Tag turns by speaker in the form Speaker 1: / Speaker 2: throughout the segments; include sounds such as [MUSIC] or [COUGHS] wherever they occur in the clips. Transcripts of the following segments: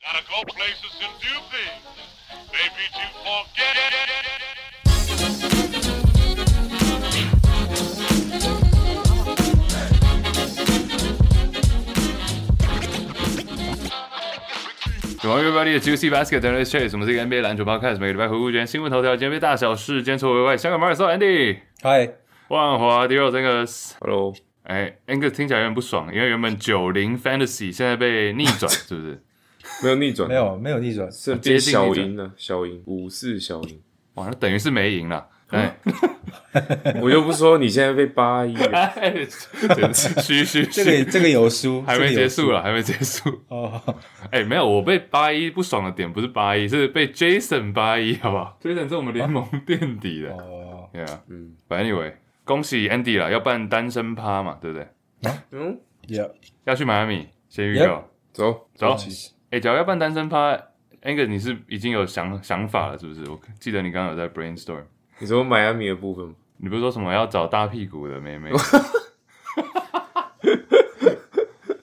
Speaker 1: Gotta go places and do things. Maybe to forget it.
Speaker 2: 欢迎 everybody to Juicy Basket t e n n i s Chase，我们是一个 NBA 篮球 podcast，每个礼拜回顾一圈新闻头条、今天大小事、今天错委外，香港马尔少 Andy，
Speaker 3: 嗨
Speaker 2: 万华 d i o a n g u s
Speaker 3: ，Hello，
Speaker 2: 哎，Angus 听起来有点不爽，因为原本九零 Fantasy 现在被逆转，是不
Speaker 3: [LAUGHS]
Speaker 2: 是？
Speaker 4: 没有逆转，
Speaker 3: 没有没有哦逆转，
Speaker 4: 是变小赢了，小赢五四小赢。 [LAUGHS]
Speaker 2: 哇，那等于是没赢了。
Speaker 3: [LAUGHS]
Speaker 2: 哎，
Speaker 4: 我又不说你现在被八一，
Speaker 2: 哎真是虚虚
Speaker 3: 这个
Speaker 2: 虚，
Speaker 3: 这个有输，
Speaker 2: 还没
Speaker 3: 这个有
Speaker 2: 结
Speaker 3: 输
Speaker 2: 束啊了，还没结束。
Speaker 3: 哦，
Speaker 2: 哎，没有，我被八一不爽的点不是八一，是被 Jason 八一，好不好？Jason 是我们联盟垫底的。
Speaker 3: 哦，
Speaker 2: Yeah，
Speaker 4: 嗯
Speaker 2: 反正 anyway，恭喜 Andy 啦，要办单身趴嘛，对不对？
Speaker 4: 嗯，
Speaker 3: 也
Speaker 2: 要去迈阿密，先预告。
Speaker 4: 走，
Speaker 2: 走，哎、假如要办单身趴，Angus 你是已经有想想法了，是不是？我记得你刚刚有在 brainstorm，
Speaker 4: 你说迈阿密的部分吗？
Speaker 2: 你不是说什么要找大屁股的妹妹？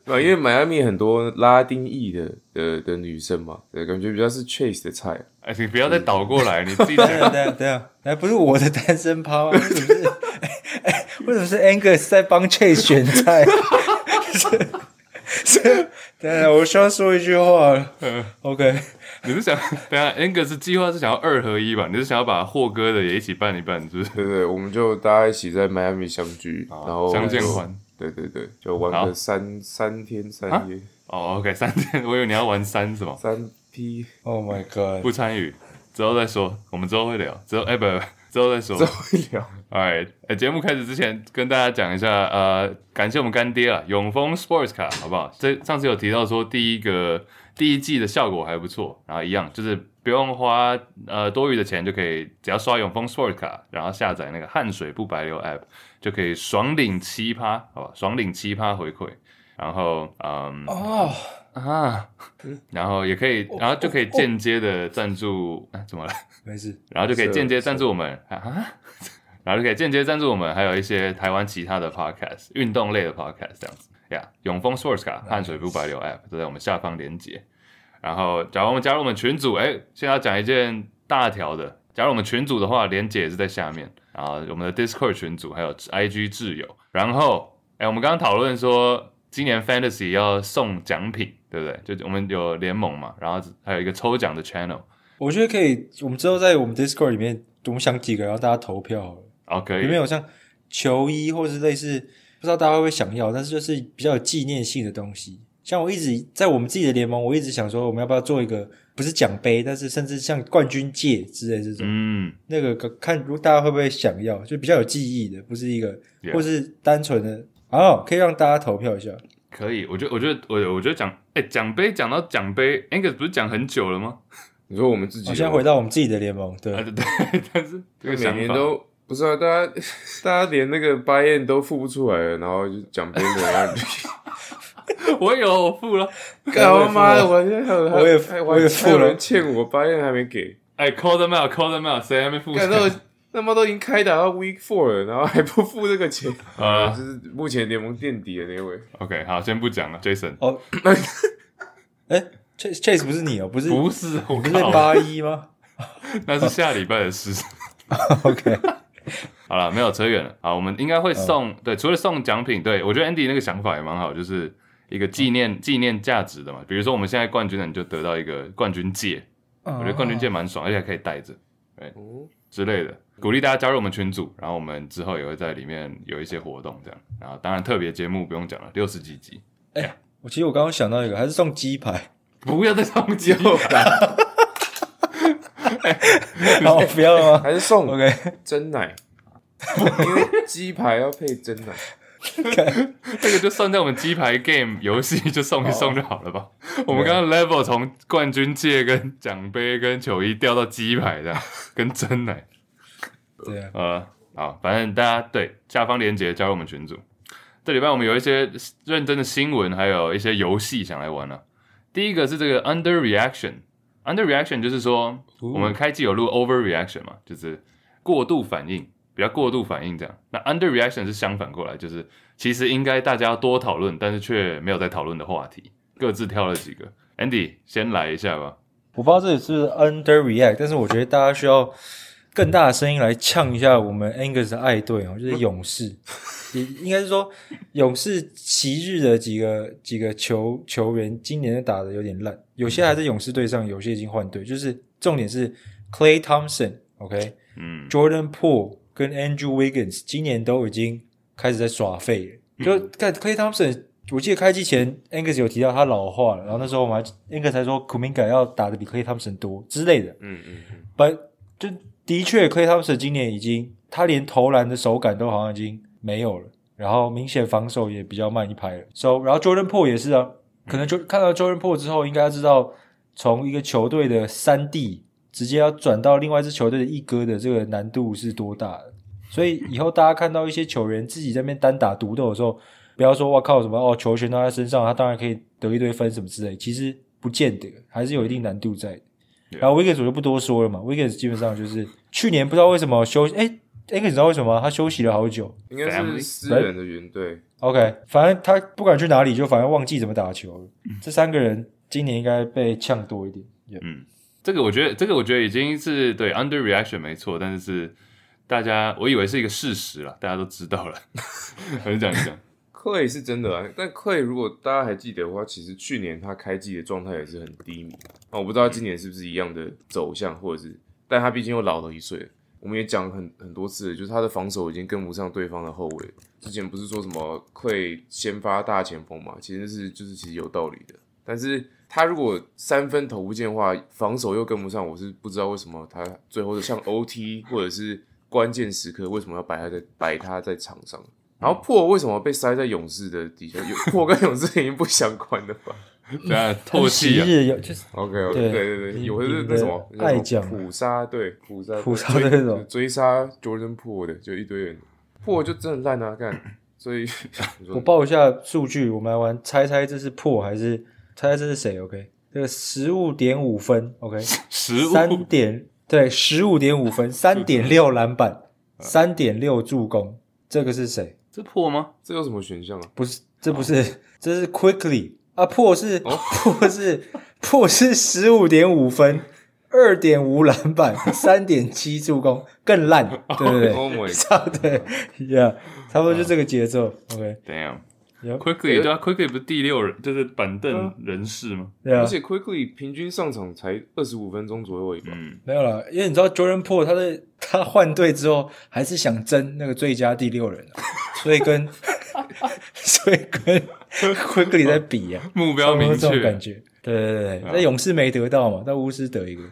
Speaker 4: 啊，因为迈阿密很多拉丁裔的的的女生嘛，对，感觉比较是 Chase 的菜。啊
Speaker 2: 哎、你不要再倒过来，你自己讲。
Speaker 3: 对啊对啊对啊，哎，不是我的单身趴吗？为什么是？哎哎，为什么是 Angus 在帮 Chase 选菜？是是，当然我需要说一句话。OK，
Speaker 2: [LAUGHS] 你是想，等一下 Angus 计划是想要二合一吧？你是想要把霍哥的也一起办一办，是不是？
Speaker 4: 对对，我们就大家一起在迈阿密相聚，然后
Speaker 2: 啊相见欢。
Speaker 4: 对对对，就玩
Speaker 2: 好
Speaker 4: 个三三天三夜，
Speaker 2: 哦、o k 三天，我以为你要玩三什么？
Speaker 4: 三批
Speaker 3: Oh my
Speaker 2: 不
Speaker 3: God，
Speaker 2: 参与，之后再说，我们之后会聊，之后哎、不不，之后再说
Speaker 4: 这。会聊。
Speaker 2: 哎，呃，节目开始之前跟大家讲一下，呃，感谢我们干爹啊，永丰 Sports 卡，好不好？这上次有提到说第一个第一季的效果还不错，然后一样就是不用花呃多余的钱就可以，只要刷永丰 Sports 卡，然后下载那个汗水不白流 App 就可以爽领七趴，好吧？爽领七趴回馈，然后嗯
Speaker 3: 哦，
Speaker 2: 啊，然后也可以，然后就可以间接的赞助，啊、怎么了？
Speaker 3: 没事，
Speaker 2: 然后就可以
Speaker 4: 是
Speaker 2: 间接赞助我们啊， [LAUGHS] 然后就可以间接赞助我们，还有一些台湾其他的 podcast、运动类的 podcast 这样子呀。永丰 Sports 卡、汗水不白流 App 都在我们下方连接。然后，假如我们加入我们群组，哎，现在要讲一件大条的。假如我们群组的话，连接也是在下面。然后我们的 Discord 群组还有 IG 挚友。然后，哎，我们刚刚讨论说，今年 Fantasy 要送奖品，对不对？就我们有联盟嘛，然后还有一个抽奖的 channel。
Speaker 3: 我觉得可以，我们之后在我们 Discord 里面，我们想几个，然后大家投票好了。
Speaker 2: 哦，可以。
Speaker 3: 有没有像球衣或是类似，不知道大家会不会想要，但是就是比较有纪念性的东西。像我一直在我们自己的联盟，我一直想说，我们要不要做一个不是奖杯，但是甚至像冠军戒之类这种，
Speaker 2: 嗯，
Speaker 3: 那个可看如大家会不会想要，就比较有记忆的，不是一个
Speaker 2: Yeah
Speaker 3: 或是单纯的哦，可以让大家投票一下。
Speaker 2: 可以，我觉得，我觉得，我我觉得讲，哎、奖杯讲到奖杯，Angus 不是讲很久了吗？
Speaker 4: 你说我们自己
Speaker 3: 好、
Speaker 4: 的
Speaker 3: 现在
Speaker 4: 吗
Speaker 3: 回到我们自己的联盟，对，
Speaker 2: 啊，对 [LAUGHS] 对，但是这个
Speaker 4: 嗯每
Speaker 2: 想
Speaker 4: 年
Speaker 2: 法，
Speaker 4: 都不是啊，大家 [LAUGHS] 大家连那个巴彦都付不出来了，然后就奖杯没让你。
Speaker 2: 我有我付了，
Speaker 4: 干我妈的，我现在还有
Speaker 3: 我也
Speaker 4: 还
Speaker 3: 我也付了
Speaker 4: 还有人欠我巴彦还没给，
Speaker 2: 哎、c a l l them out，call them out，谁还没付
Speaker 4: 干
Speaker 2: 钱？
Speaker 4: [LAUGHS] 到他妈都已经开打到 Week Four 了，然后还不付这个钱，
Speaker 2: 啊
Speaker 4: 就是目前联盟垫底的那位。
Speaker 2: OK，好，先不讲了，Jason，
Speaker 3: 哦，哎，Chase Chase 不是你哦，不是
Speaker 2: 不是，我
Speaker 3: 不是
Speaker 2: 靠，
Speaker 3: 八
Speaker 2: [LAUGHS]
Speaker 3: 一吗
Speaker 2: 那是下礼拜的事。哦
Speaker 3: ？OK，
Speaker 2: 好了，没有扯远了。好，我们应
Speaker 4: 嗯
Speaker 2: 该会送、对，除了送奖品，对我觉得 Andy 那个想法也蛮好，就是一个纪念纪、念价值的嘛。比如说我们现在冠军了，你就得到一个冠军戒，我
Speaker 3: 我
Speaker 2: 觉得冠
Speaker 3: 哦
Speaker 2: 军戒蛮爽，而且还可以带着，对之类的。鼓励大家加入我们群组，然后我们之后也会在里面有一些活动这样。然后当然特别节目不用讲了，六十几集，
Speaker 3: 我其实我刚刚想到一个，还是送
Speaker 2: [LAUGHS]
Speaker 3: 鸡排，
Speaker 2: 不要再送鸡了。
Speaker 3: 哦，不要了吗
Speaker 4: 还是送
Speaker 3: ？OK，
Speaker 4: 真奶， [LAUGHS] 因为鸡排要配真奶。
Speaker 2: 这个就算在我们鸡排 game 游戏就送一送就好了吧。
Speaker 3: 哦
Speaker 2: 我们刚刚 level 从冠军戒跟奖杯跟球衣掉到鸡排
Speaker 3: [LAUGHS]
Speaker 2: 这样，跟真奶。
Speaker 3: 对啊，
Speaker 2: 呃，好，反正大家对下方链接加入我们群组。这礼拜我们有一些认真的新闻，还有一些游戏想来玩了、第一个是这个 under reaction。under reaction 就是说，
Speaker 3: 哦
Speaker 2: 我们开季有录 over reaction 嘛，就是过度反应，比较过度反应这样。那 under reaction 是相反过来，就是其实应该大家要多讨论，但是却没有在讨论的话题，各自挑了几个。 Andy 先来一下吧。
Speaker 3: 我不知道这里是不是 underreact，但是我觉得大家需要更大的声音来呛一下我们 Angus 的爱队哦，就是勇士，也应该是说勇士昔日的几个几个球球员，今年打的有点烂，有些还在勇士队上，有些已经换队。就是重点是 Clay Thompson，OK，、
Speaker 2: 嗯，
Speaker 3: Jordan Poole 跟 Andrew Wiggins 今年都已经开始在耍废了。就看 Clay Thompson，我记得开机前 Angus 有提到他老化了，然后那时候我们还 Angus 才说 Kuminga 要打的比 Clay Thompson 多之类的。
Speaker 4: 嗯嗯嗯，
Speaker 3: 但就的确，Clay Thompson 今年已经他连投篮的手感都好像已经没有了，然后明显防守也比较慢一拍了。So，然后 Jordan p o o l 也是啊，可能就看到 Jordan p o o l 之后，应该知道从一个球队的三 D 直接要转到另外一支球队的一哥的这个难度是多大的。所以以后大家看到一些球员自己在那边单打独斗的时候，不要说“哇靠”什么哦，球权到他身上，他当然可以得一堆分什么之类，其实不见得，还是有一定难度在的。
Speaker 2: 啊
Speaker 3: 然后 w i g g i n s 我就不多说了嘛 w i g g i n s 基本上就是去年不知道为什么休哎 a n 你知道为什么吗他休息了好久
Speaker 4: 应该
Speaker 2: Family
Speaker 4: 是私人的原队，
Speaker 3: ？OK，反正他不管去哪里，就反正忘记怎么打球了。这三个人今年应该被呛多一点。
Speaker 2: 这个我觉得，这个我觉得已经是对 under reaction 没错，但是是大家我以为是一个事实了，大家都知道了。 [LAUGHS] 我就讲一讲，
Speaker 4: Clay 是真的啊，但 Clay 如果大家还记得的话，其实去年他开季的状态也是很低迷。啊那我不知道今年是不是一样的走向，或者是，但他毕竟又老了一岁了。我们也讲很很多次了，就是他的防守已经跟不上对方的后卫。之前不是说什么 Clay 先发大前锋嘛，其实是就是其实有道理的。但是他如果三分投不进的话，防守又跟不上，我是不知道为什么他最后的像 OT 或者是关键时刻为什么要摆他在摆他在场上。然后破为什么被塞在勇士的底下？有破跟勇士已经不相关了吧
Speaker 2: 大家透气
Speaker 3: 昔
Speaker 2: 啊，
Speaker 3: 日有就是
Speaker 4: ？OK，对
Speaker 3: 对
Speaker 4: 对对对，
Speaker 3: 你
Speaker 4: 有的是
Speaker 3: 你的
Speaker 4: 那什么那什么
Speaker 3: 爱将
Speaker 4: 普杀对普杀
Speaker 3: 普杀
Speaker 4: 追
Speaker 3: 队那种
Speaker 4: 追杀 Jordan 破的，就一堆人破就真的烂啊，干！所 [LAUGHS] 以你说
Speaker 3: 我报一下数据，我们来玩猜猜这是破还是猜猜这是谁？OK，这个十五点五分，OK，
Speaker 2: 食
Speaker 3: 三
Speaker 2: 物
Speaker 3: 点对十五点五分，三点六篮板，
Speaker 2: 啊
Speaker 3: 三点六助攻，这个是谁？
Speaker 2: 这破吗？
Speaker 4: 这有什么选项啊？
Speaker 3: 不是，这不是，这是 quickly 啊，破是、 [LAUGHS] 破是破是十五点五分，二点五篮板，三点七助攻，更烂，对不对
Speaker 4: [LAUGHS] Oh
Speaker 3: [LAUGHS]
Speaker 4: my
Speaker 3: 差对，Yeah，差不多就这个节奏。OK，
Speaker 2: Damn。
Speaker 3: Yep
Speaker 2: Quickly 对啊，Quickly 不是第六人，就是板凳人士吗？
Speaker 3: 对
Speaker 4: 而
Speaker 3: 啊，
Speaker 4: 且 Quickly 平均上场才二十五分钟左右而已吧。
Speaker 2: 嗯，
Speaker 3: 没有了，因为你知道 Jordan p o o 他的他换队之后还是想争那个最佳第六人、啊，所以跟所以跟 quickly 在比啊，
Speaker 2: 目标
Speaker 3: 差
Speaker 2: 明
Speaker 3: 不多这种
Speaker 2: 确
Speaker 3: 感。觉。对对对对，那勇士没得到嘛，但巫师得一个。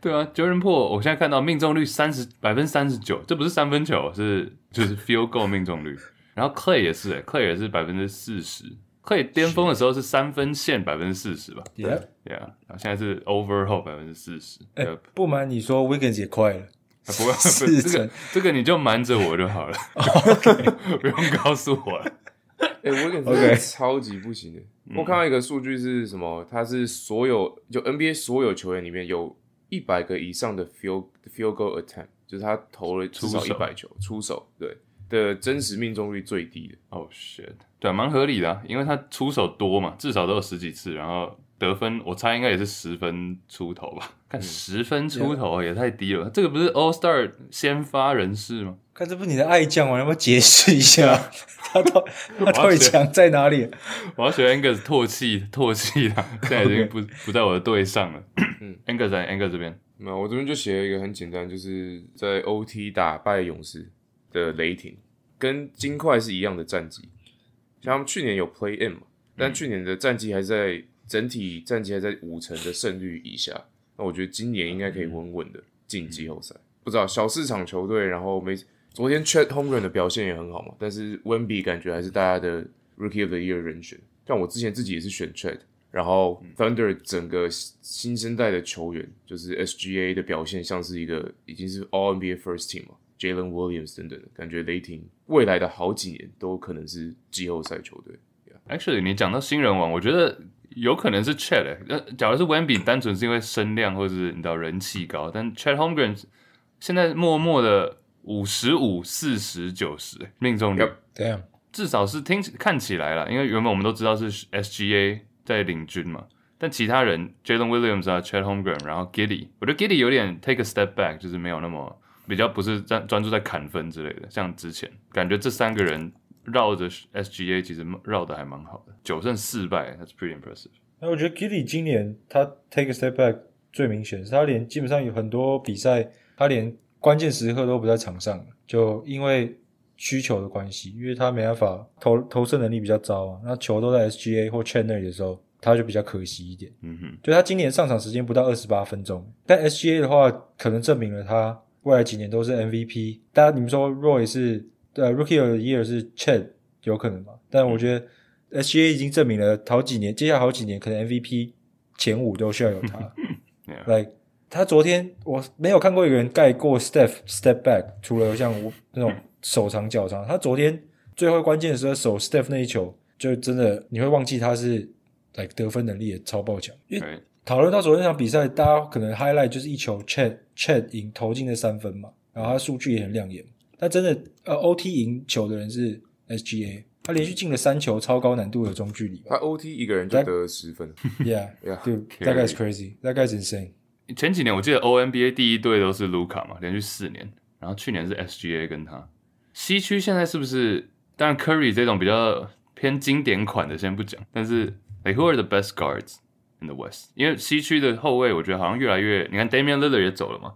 Speaker 2: 对啊，Jordan p o o 我现在看到命中率三十百分之三十九，这不是三分球，是就是 field goal 命中率。 [LAUGHS] 然后 Clay 也是、欸、，Clay 也是百分之四十，Clay 巅峰的时候是三分线百分之四十吧
Speaker 3: Yeah，
Speaker 2: 对啊，然后现在是 overall 百分之四十。
Speaker 3: 哎、
Speaker 2: 呃
Speaker 3: 不瞒你说，Wiggins 也快了。
Speaker 2: 不过不
Speaker 3: 四
Speaker 2: 这个
Speaker 3: 成 Oh,
Speaker 2: 这个你就瞒着我就
Speaker 3: [LAUGHS]
Speaker 2: 好了， [LAUGHS] 不用告诉我了。
Speaker 4: 哎、我
Speaker 2: [LAUGHS]
Speaker 4: 感
Speaker 3: OK
Speaker 4: 觉超级不行的。我看到一个数据是什么？他是所有就 NBA 所有球员里面有一百个以上的 field field goal attempt，就是他投了至少
Speaker 2: 出
Speaker 4: 一
Speaker 2: 手
Speaker 4: 百球出手，对的真实命中率最低的。
Speaker 2: Oh shit，对啊，蛮合理的、啊，因为他出手多嘛，至少都有十几次，然后得分我猜应该也是十分出头吧。看十分出头也太低了，这个不是 All Star 先发人士吗？
Speaker 3: 看这不是你的爱将吗？要不要解释一下？ [LAUGHS] 他到他到底强在哪里？
Speaker 2: 我要学 Angus 唾弃唾弃他，现在已经不不在我的队上了。嗯，Angus 在 Angus 这边，
Speaker 4: 那我这边就写了一个很简单，就是在 OT 打败勇士的雷霆，跟金块是一样的战绩。像他们去年有 Play In 嘛，但去年的战绩还在整体战绩还在五成的胜率以下。那我觉得今年应该可以稳稳的进季后赛。不知道小市场球队，然后没昨天 Chet h o m e r n 的表现也很好嘛，但是 Wemby 感觉还是大家的 Rookie of the Year 人选。像我之前自己也是选 Chet，然后 Thunder 整个新生代的球员，就是 SGA 的表现像是一个已经是 All NBA First Team 嘛，Jalen Williams 等等的，感觉雷霆未来的好几年都可能是季后赛球队。
Speaker 2: Actually，你讲到新人王，我觉得有可能是 Chet、欸。呃，假如是 Wemby，单纯是因为声量或者是你知道人气高，但 Chet Holmgren 现在默默的五十五、四十、九十命中率
Speaker 4: Yep
Speaker 3: 对啊，
Speaker 2: 至少是听起看起来啦，因为原本我们都知道是 SGA 在领军嘛，但其他人 Jalen Williams 啊，Chad Holmgren，然后 Giddy，我觉得 Giddy 有点 take a step back，就是没有那么比较不是专专注在砍分之类的，像之前感觉这三个人绕着 SGA 其实绕的还蛮好的，九胜四败，That's pretty impressive。
Speaker 3: 那我觉得 Giddy 今年他 take a step back 最明显是他连基本上有很多比赛，他连关键时刻都不在场上，就因为需求的关系，因为他没办法投投射能力比较糟啊，那球都在 SGA 或 c h a n 那里的时候，他就比较可惜一点。
Speaker 2: 嗯哼，
Speaker 3: 就他今年上场时间不到二十八分钟，但 SGA 的话，可能证明了他未来几年都是 MVP。大家你们说 Roy 是呃 Rookie of the Year 是 Chad 有可能吗？但我觉得 SGA 已经证明了好几年，接下来好几年可能 MVP 前五都需要有他。
Speaker 2: Yeah.
Speaker 3: like 他昨天我没有看过有人盖过 step step back，除了像我那种手长脚长，他昨天最后关键的时候手 step 那一球，就真的你会忘记他是 like 得分能力也超爆强，因为
Speaker 2: Right.
Speaker 3: 讨论到昨天那场比赛，大家可能 highlight 就是一球 Chad Chad 赢投进的三分嘛，然后他数据也很亮眼。但真的，呃，OT 赢球的人是 SGA，他连续进了三球超高难度的中距离
Speaker 4: 他 OT 一个人就得十分，
Speaker 3: ，Yeah，
Speaker 4: [LAUGHS] Yeah，
Speaker 3: 对，
Speaker 2: carry
Speaker 3: 大概是 crazy，大概是 insane。
Speaker 2: 前几年我记得 ONBA 第一队都是卢卡嘛，连续四年，然后去年是 SGA 跟他。西区现在是不是？当然 Curry 这种比较偏经典款的先不讲，但是 like who are the best guards in the West？因为西区的后卫我觉得好像越来越，你看 Damian Lillard 也走了嘛，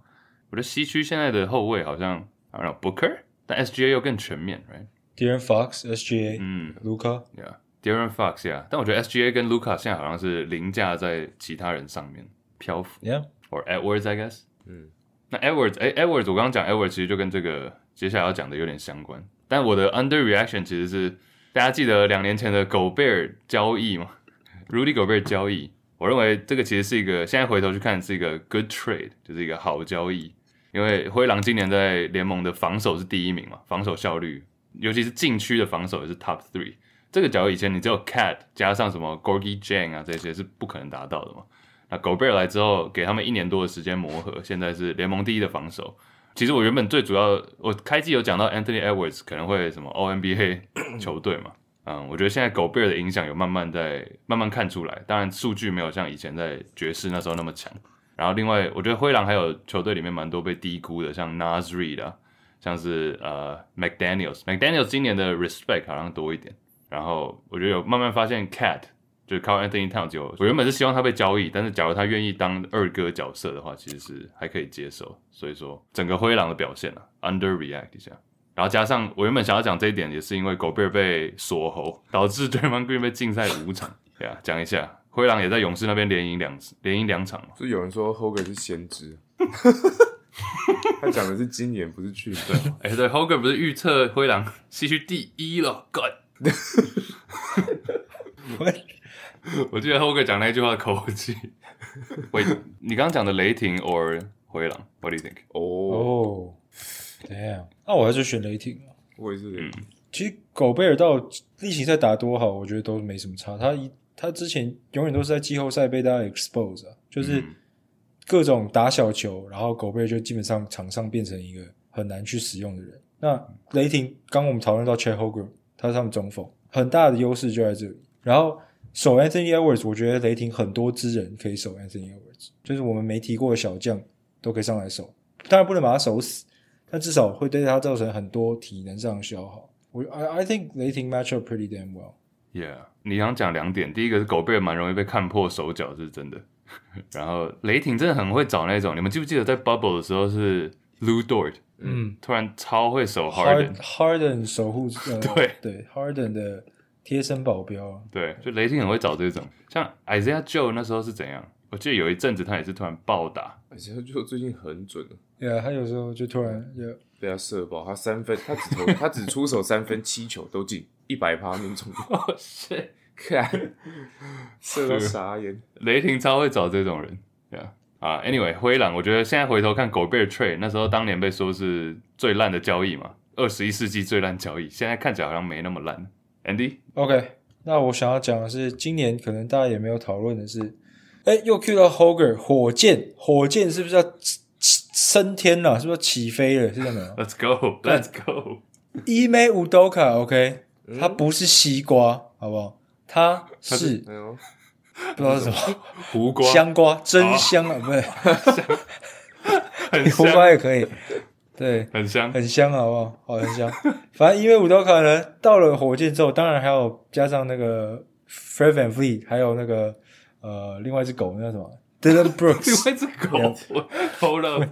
Speaker 2: 我觉得西区现在的后卫好像 I don't know Booker，但 SGA 又更全面，right？
Speaker 3: Deron Fox、SGA、
Speaker 2: 嗯
Speaker 3: Luca，
Speaker 2: ，Yeah。Darren Fox 呀、yeah，但我觉得 SGA 跟 Luca 现在好像是凌驾在其他人上面漂浮。
Speaker 3: 你看
Speaker 2: or Edwards, I guess。
Speaker 4: 嗯，
Speaker 2: 那 Edwards，哎，Edwards，我刚刚讲 Edwards 其实就跟这个接下来要讲的有点相关。但我的 underreaction 其实是大家记得两年前的狗贝尔交易吗？Rudy 狗贝尔交易，我认为这个其实是一个现在回头去看是一个 good trade，就是一个好交易。因为灰狼今年在联盟的防守是第一名嘛，防守效率，尤其是禁区的防守也是 top three。这个假如以前你只有 Cat 加上什么 Gorgie Jang 啊这些是不可能达到的嘛。那 g o b e r 来之后，给他们一年多的时间磨合，现在是联盟第一的防守。其实我原本最主要，我开季有讲到 Anthony Edwards 可能会什么 O N B A 球队嘛，嗯，我觉得现在 g o b e r 的影响有慢慢在慢慢看出来，当然数据没有像以前在爵士那时候那么强。然后另外，我觉得灰狼还有球队里面蛮多被低估的，像 Nas Reed 啊，像是呃 McDaniel's，McDaniel's 今年的 respect 好像多一点。然后我觉得有慢慢发现 Cat 就是 Carl Anthony Towns 有，我原本是希望他被交易，但是假如他愿意当二哥角色的话，其实是还可以接受。所以说整个灰狼的表现啊，underreact 一下。然后加上我原本想要讲这一点，也是因为狗贝尔被锁喉，导致 d r a m o n Green 被禁赛五场。对啊，讲一下，灰狼也在勇士那边连赢两连赢两场嘛。
Speaker 4: 所以有人说 Hogan 是先知，他讲的是今年，不是去年。
Speaker 2: [LAUGHS] 哎，对，Hoger 不是预测灰狼 [LAUGHS] 西区第一了？God，我记得 Hoger 讲那句话的口气。 [LAUGHS] 喂，你刚刚讲的雷霆 or 灰狼，What do you think？
Speaker 4: 哦，
Speaker 3: 哦，Damn，那啊我还是选雷霆。
Speaker 4: 我也是，
Speaker 3: 其实狗贝尔到例行赛打多好，我觉得都没什么差。他一他之前永远都是在季后赛被大家 expose 啊，就是
Speaker 2: 嗯
Speaker 3: 各种打小球，然后狗贝尔就基本上场上变成一个很难去使用的人。那雷霆刚我们讨论到 Chet Holmgren，他是他们中锋，很大的优势就在这里。然后守 Anthony Edwards，我觉得雷霆很多之人可以守 Anthony Edwards，就是我们没提过的小将都可以上来守，当然不能把他守死，但至少会对他造成很多体能上的消耗。我 I I think 雷霆 match up pretty damn well。
Speaker 2: Yeah，你想讲两点，第一个是狗贝尔蛮容易被看破手脚，这是真的。 [LAUGHS] 然后雷霆真的很会找那种，你们记不记得在 Bubble 的时候是 Lou Dort
Speaker 3: 嗯
Speaker 2: 突然超会守 Harden，
Speaker 3: ，Hard Harden 守护呃
Speaker 2: 对
Speaker 3: 对 Harden 的贴身保镖啊。
Speaker 2: 对，就雷霆很会找这种。像 Isaiah Joe 那时候是怎样？我记得有一阵子他也是突然暴打，
Speaker 4: [LAUGHS] 而且他就最近很准了，
Speaker 3: 对啊，他有时候就突然就
Speaker 4: 被他射爆，他三分，他只投，他只出手三分，七球都进，一百趴命中率，
Speaker 2: 哦，是
Speaker 4: 看射到傻眼。
Speaker 2: 雷霆超会找这种人，对啊。啊，Anyway，灰狼，我觉得现在回头看狗贝尔 trade，那时候当年被说是最烂的交易嘛，二十一世纪最烂交易，现在看起来好像没那么烂。Andy，
Speaker 3: OK，那我想要讲的是，今年可能大家也没有讨论的是，哎，又 Q 到 Hoger 火箭，火箭是不是要起起升天了？是不是要起飞了？是这样的
Speaker 2: [LAUGHS] Let's go, Let's go。
Speaker 3: 伊梅乌多卡，OK，
Speaker 4: 嗯
Speaker 3: 它不是西瓜，好不好？它
Speaker 4: 他
Speaker 3: 是
Speaker 4: 哎呦，
Speaker 3: 不知道是什么
Speaker 2: 胡瓜
Speaker 3: 香瓜，真香啊，不是 [LAUGHS]
Speaker 2: 很
Speaker 3: 胡
Speaker 2: 香，
Speaker 3: 瓜也可以，对，
Speaker 2: 很香，
Speaker 3: 很香，好不好？好，很香。反正因为五刀卡呢，到了火箭之后，当然还有加上那个 Fred Van Fleet，还有那个呃，另外一只狗那叫什么
Speaker 2: [LAUGHS]
Speaker 3: Dylan
Speaker 2: 另
Speaker 3: Brooks，
Speaker 2: 外一只狗我偷 [LAUGHS] 了。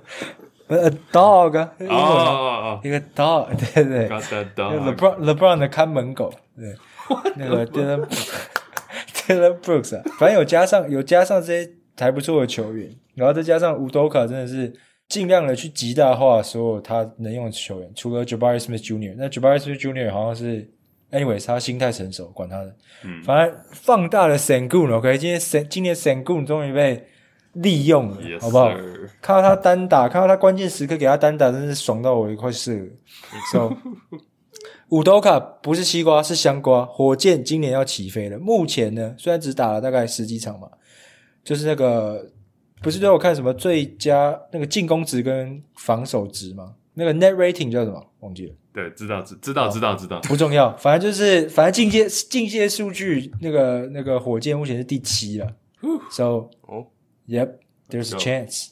Speaker 3: 呃，dog，啊英文啊
Speaker 2: 哦哦
Speaker 3: 一个 dog，对对对
Speaker 2: ，got that
Speaker 3: 那
Speaker 2: dog，
Speaker 3: 个，LeBron LeBron 的看门狗，对，那个 Dylan [LAUGHS] Dylan Brooks，啊，反正有加上有加上这些还不错的球员，然后再加上五斗卡真的是尽量的去极大化所有他能用的球员，除了 Jabari Smith Jr.，那 Jabari Smith Jr. 好像是，anyways 他心态成熟，管他的，
Speaker 2: 嗯
Speaker 3: 反正放大了 Sangoon，OK，、今天 San 今年 Sangoon 终于被利用了
Speaker 2: Yes,
Speaker 3: 好不好？
Speaker 2: sir
Speaker 3: 看到他单打，看到他关键时刻给他单打，真是爽到我快射了。So，五斗卡不是西瓜，是香瓜。火箭今年要起飞了。目前呢，虽然只打了大概十几场嘛，就是那个不是都有看什么最佳那个进攻值跟防守值吗？那个 net rating 叫什么？忘记了，
Speaker 2: 对，知道，知知道，知道，知道。
Speaker 3: 不重要。 [LAUGHS] 反正就是，反正进阶进阶数据，那个那个火箭目前是第七了。So
Speaker 4: 哦，
Speaker 3: yep, there's a
Speaker 2: Let's go.
Speaker 3: chance.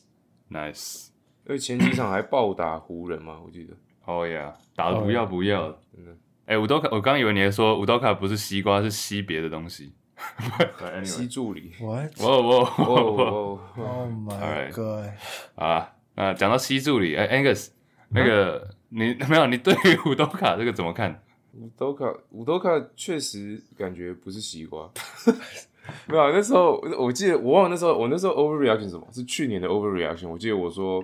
Speaker 2: Nice，
Speaker 4: 而且前几场还暴打湖人嘛，我记得。
Speaker 2: 哦呀，打的不要不要的
Speaker 4: 真的。
Speaker 2: 哎，五刀卡，我刚以为你在说五刀卡不是西瓜，是吸别的东西。But
Speaker 4: 西
Speaker 2: anyway，
Speaker 4: 助
Speaker 3: [LAUGHS]
Speaker 4: 理，
Speaker 3: What?
Speaker 2: 哇哇
Speaker 4: 哦
Speaker 2: [LAUGHS] 哇哇！
Speaker 4: 哦，
Speaker 3: Oh my
Speaker 2: Alright.
Speaker 3: god.
Speaker 2: 好啦，那啊讲到西助理，哎、a n g u s 那个、你 [LAUGHS] 没有，你对于五斗卡这个怎么看？
Speaker 4: 五斗卡，五斗卡确实感觉不是西瓜。 [LAUGHS] 没有啊，那时候我记得，我忘了那时候我那时候 overreaction 是什么是去年的 overreaction。我记得我说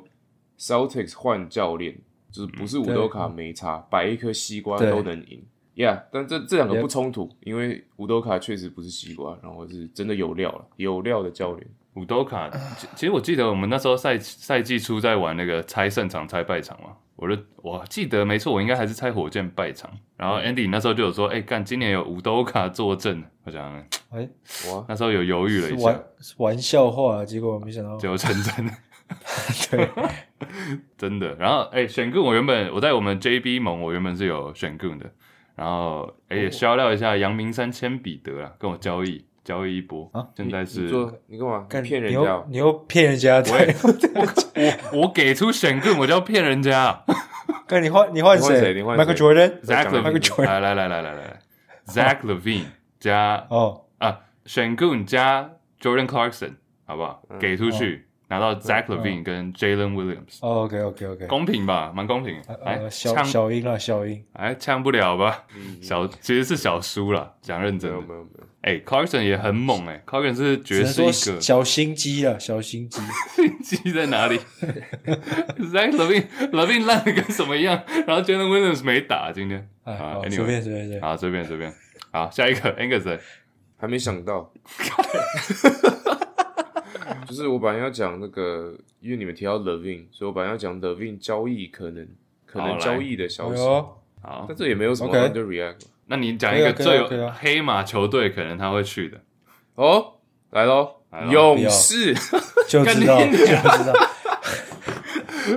Speaker 4: Celtics 换教练，就是不
Speaker 2: 嗯
Speaker 4: 是五斗卡没差，摆一颗西瓜
Speaker 3: 对
Speaker 4: 都能赢。Yeah，但这这两个
Speaker 3: Yep
Speaker 4: 不冲突，因为五斗卡确实不是西瓜，然后是真的有料了，有料的教练。
Speaker 2: 五斗卡，其其实我记得我们那时候赛赛季初在玩那个猜胜场、猜败场嘛，我就我记得没错，我应该还是猜火箭败场。然
Speaker 3: 嗯
Speaker 2: 后 Andy 那时候就有说，哎、干，今年有五斗卡坐镇，我想
Speaker 3: 哎，
Speaker 4: 哇，
Speaker 2: 那时候有犹豫了
Speaker 3: 是
Speaker 2: 一
Speaker 3: 玩
Speaker 2: 下，
Speaker 3: 是玩笑话，结果没想到
Speaker 2: 结果成真了。
Speaker 3: [LAUGHS] 对，
Speaker 2: [LAUGHS] 真的。然后哎、选 Goon 我原本我在我们 JB 盟我原本是有选 Goon 的，然后哎
Speaker 3: 哦
Speaker 2: 也消料一下阳明山铅彼得啊，跟我交易交易一波，
Speaker 3: 啊
Speaker 2: 现在
Speaker 4: 你
Speaker 2: 是
Speaker 4: 做你干嘛？
Speaker 3: 干
Speaker 4: 你骗人
Speaker 3: 你
Speaker 4: 家
Speaker 3: 又
Speaker 4: 哦？
Speaker 3: 你又骗人家，
Speaker 2: 我也
Speaker 3: 对， [LAUGHS]
Speaker 2: 我我给出选 Goon 我就要骗人家啊
Speaker 3: 跟你换你换
Speaker 4: 你换谁你换谁
Speaker 3: Michael Jordan，
Speaker 2: ，Zach
Speaker 4: 讲
Speaker 3: Michael
Speaker 2: Levine，
Speaker 3: Jordan，
Speaker 2: 来来来来来来，Zach Levine 加
Speaker 3: 哦，
Speaker 2: 啊选 Goon 加 Jordan Clarkson 好不好？
Speaker 4: 嗯
Speaker 2: 给出去拿到 Zach
Speaker 3: 哦嗯
Speaker 2: Levine 跟 Jalen Williams，
Speaker 3: OK OK OK，
Speaker 2: 公平吧，蛮公平的，来
Speaker 3: 哦呃，小
Speaker 2: 呛
Speaker 3: 小英啊，小英，
Speaker 2: 哎呛不了吧？
Speaker 4: 嗯
Speaker 2: 小其实是小输了，讲认
Speaker 4: 没
Speaker 2: 真
Speaker 4: 有
Speaker 2: 的。
Speaker 4: 没有没有，
Speaker 2: 哎、c l a r k s o n 也很猛哎、c l a r k s o n 是
Speaker 3: 只
Speaker 2: 爵
Speaker 3: 能
Speaker 2: 士
Speaker 3: 说
Speaker 2: 一个 [LAUGHS]
Speaker 3: 小心机啊，小心机，
Speaker 2: 鸡在哪里？Zach Levine Levine 烂的跟什么一样？然后 Jalen Williams 没打今天
Speaker 3: 哎，
Speaker 2: 啊
Speaker 3: 好随
Speaker 2: ，Anyway，
Speaker 3: 便随便随便，
Speaker 2: 好随便随便，好下一个 Angus
Speaker 4: 还没
Speaker 2: [LAUGHS]
Speaker 4: 想到。就是我本来要讲那个，因为你们提到 Levin，所以我本来要讲 Levin 交易可能可
Speaker 2: 好
Speaker 4: 能
Speaker 2: 来
Speaker 4: 交易的消
Speaker 3: 哎
Speaker 4: 息，
Speaker 3: 呦，
Speaker 2: 好
Speaker 4: 但，这也没有什么
Speaker 3: OK
Speaker 4: underreact。
Speaker 2: 那你讲一个
Speaker 3: 可以啊
Speaker 2: 最
Speaker 3: 可以啊可以
Speaker 2: 有
Speaker 3: 啊
Speaker 2: 黑马球队可能他会去的，
Speaker 4: 哦，来喽
Speaker 2: 来，咯
Speaker 4: 勇士，
Speaker 3: 就知道
Speaker 2: 干
Speaker 3: 就
Speaker 2: 你
Speaker 3: 知
Speaker 2: [LAUGHS]
Speaker 3: 道，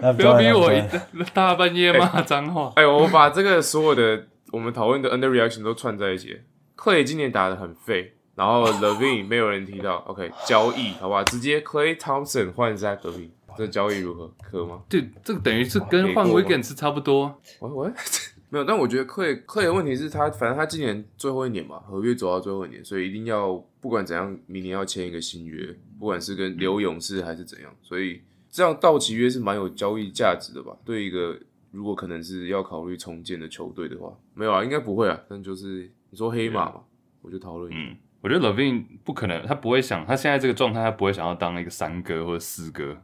Speaker 3: 那
Speaker 2: 不要
Speaker 3: 然
Speaker 2: 逼
Speaker 3: 那
Speaker 2: 我一
Speaker 3: 然
Speaker 2: 大半夜骂脏
Speaker 3: [LAUGHS]
Speaker 2: 话。
Speaker 4: 哎呦，我把这个所有的我们讨论的 underreaction 都串在一起了。Clay 今年打的很废，然后 Levin 没有人提到，OK，交易好吧，直接 Clay Thompson 换 Zach Levin，这交易如何？可吗？
Speaker 2: 对，这个等于是跟换
Speaker 4: 给过吗
Speaker 2: Wiggins 差不多。
Speaker 4: 喂喂， [LAUGHS] 没有，但我觉得 Clay Clay 的问题是他，反正他今年最后一年嘛，合约走到最后一年，所以一定要不管怎样，明年要签一个新约，不管是跟刘勇士还是怎样，所以这样到期约是蛮有交易价值的吧？对一个如果可能是要考虑重建的球队的话，没有啊，应该不会啊，但就是你说黑马嘛，我就讨论一下。
Speaker 2: 嗯，我觉得 Levine 不可能，他不会想，他现在这个状态，他不会想要当一个三哥或者四哥。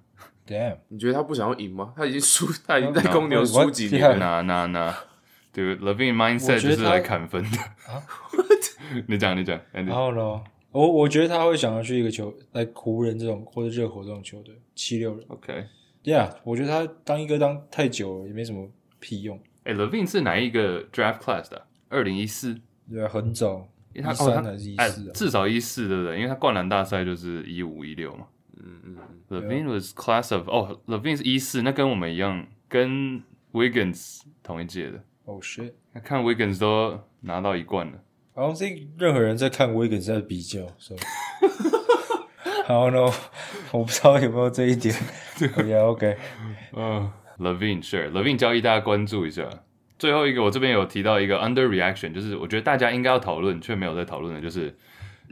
Speaker 3: ，Damn，
Speaker 4: 你觉得他不想要赢吗？他已经输，他已经在公牛
Speaker 3: 我
Speaker 4: 输几年
Speaker 3: 我
Speaker 4: 了。
Speaker 2: 那那那，对 Levine mindset
Speaker 3: 我
Speaker 2: 就
Speaker 3: 觉得
Speaker 2: 是
Speaker 3: 他啊
Speaker 2: 来砍分的。 [LAUGHS] 你讲，你讲
Speaker 3: 然
Speaker 2: ，Andy，
Speaker 3: 后呢，我我觉得他会想要去一个球，来湖人这种或者热火这种球队，七六人
Speaker 2: OK。
Speaker 3: ，Yeah，我觉得他当一哥当太久了也没什么屁用。
Speaker 2: 哎，Levine 是哪一个 draft class 的？二零一四，
Speaker 3: 对啊，很早，
Speaker 2: 因为他
Speaker 3: 一
Speaker 2: 哦
Speaker 3: 三
Speaker 2: 他
Speaker 3: 还是一
Speaker 2: 哎
Speaker 3: 四啊？
Speaker 2: 至少一四对不对？因为他灌篮大赛就是一五一六嘛。
Speaker 4: 嗯嗯嗯，
Speaker 2: Levine was class of 哦，Levine 是一四，那跟我们一样，跟 Wiggins 同一届的。
Speaker 3: 哦、shit，I
Speaker 2: 那看 Wiggins 都拿到一冠了， [LAUGHS]
Speaker 3: don't think 任何人在看 Wiggins 在比较，so 后呢，我不知道有没有这一
Speaker 2: [LAUGHS]
Speaker 3: 点。yeah, Oh OK，
Speaker 2: 嗯，Levine sure Levine 交易大家关注一下。最后一个我这边有提到一个 underreaction，就是我觉得大家应该要讨论却没有在讨论的，就是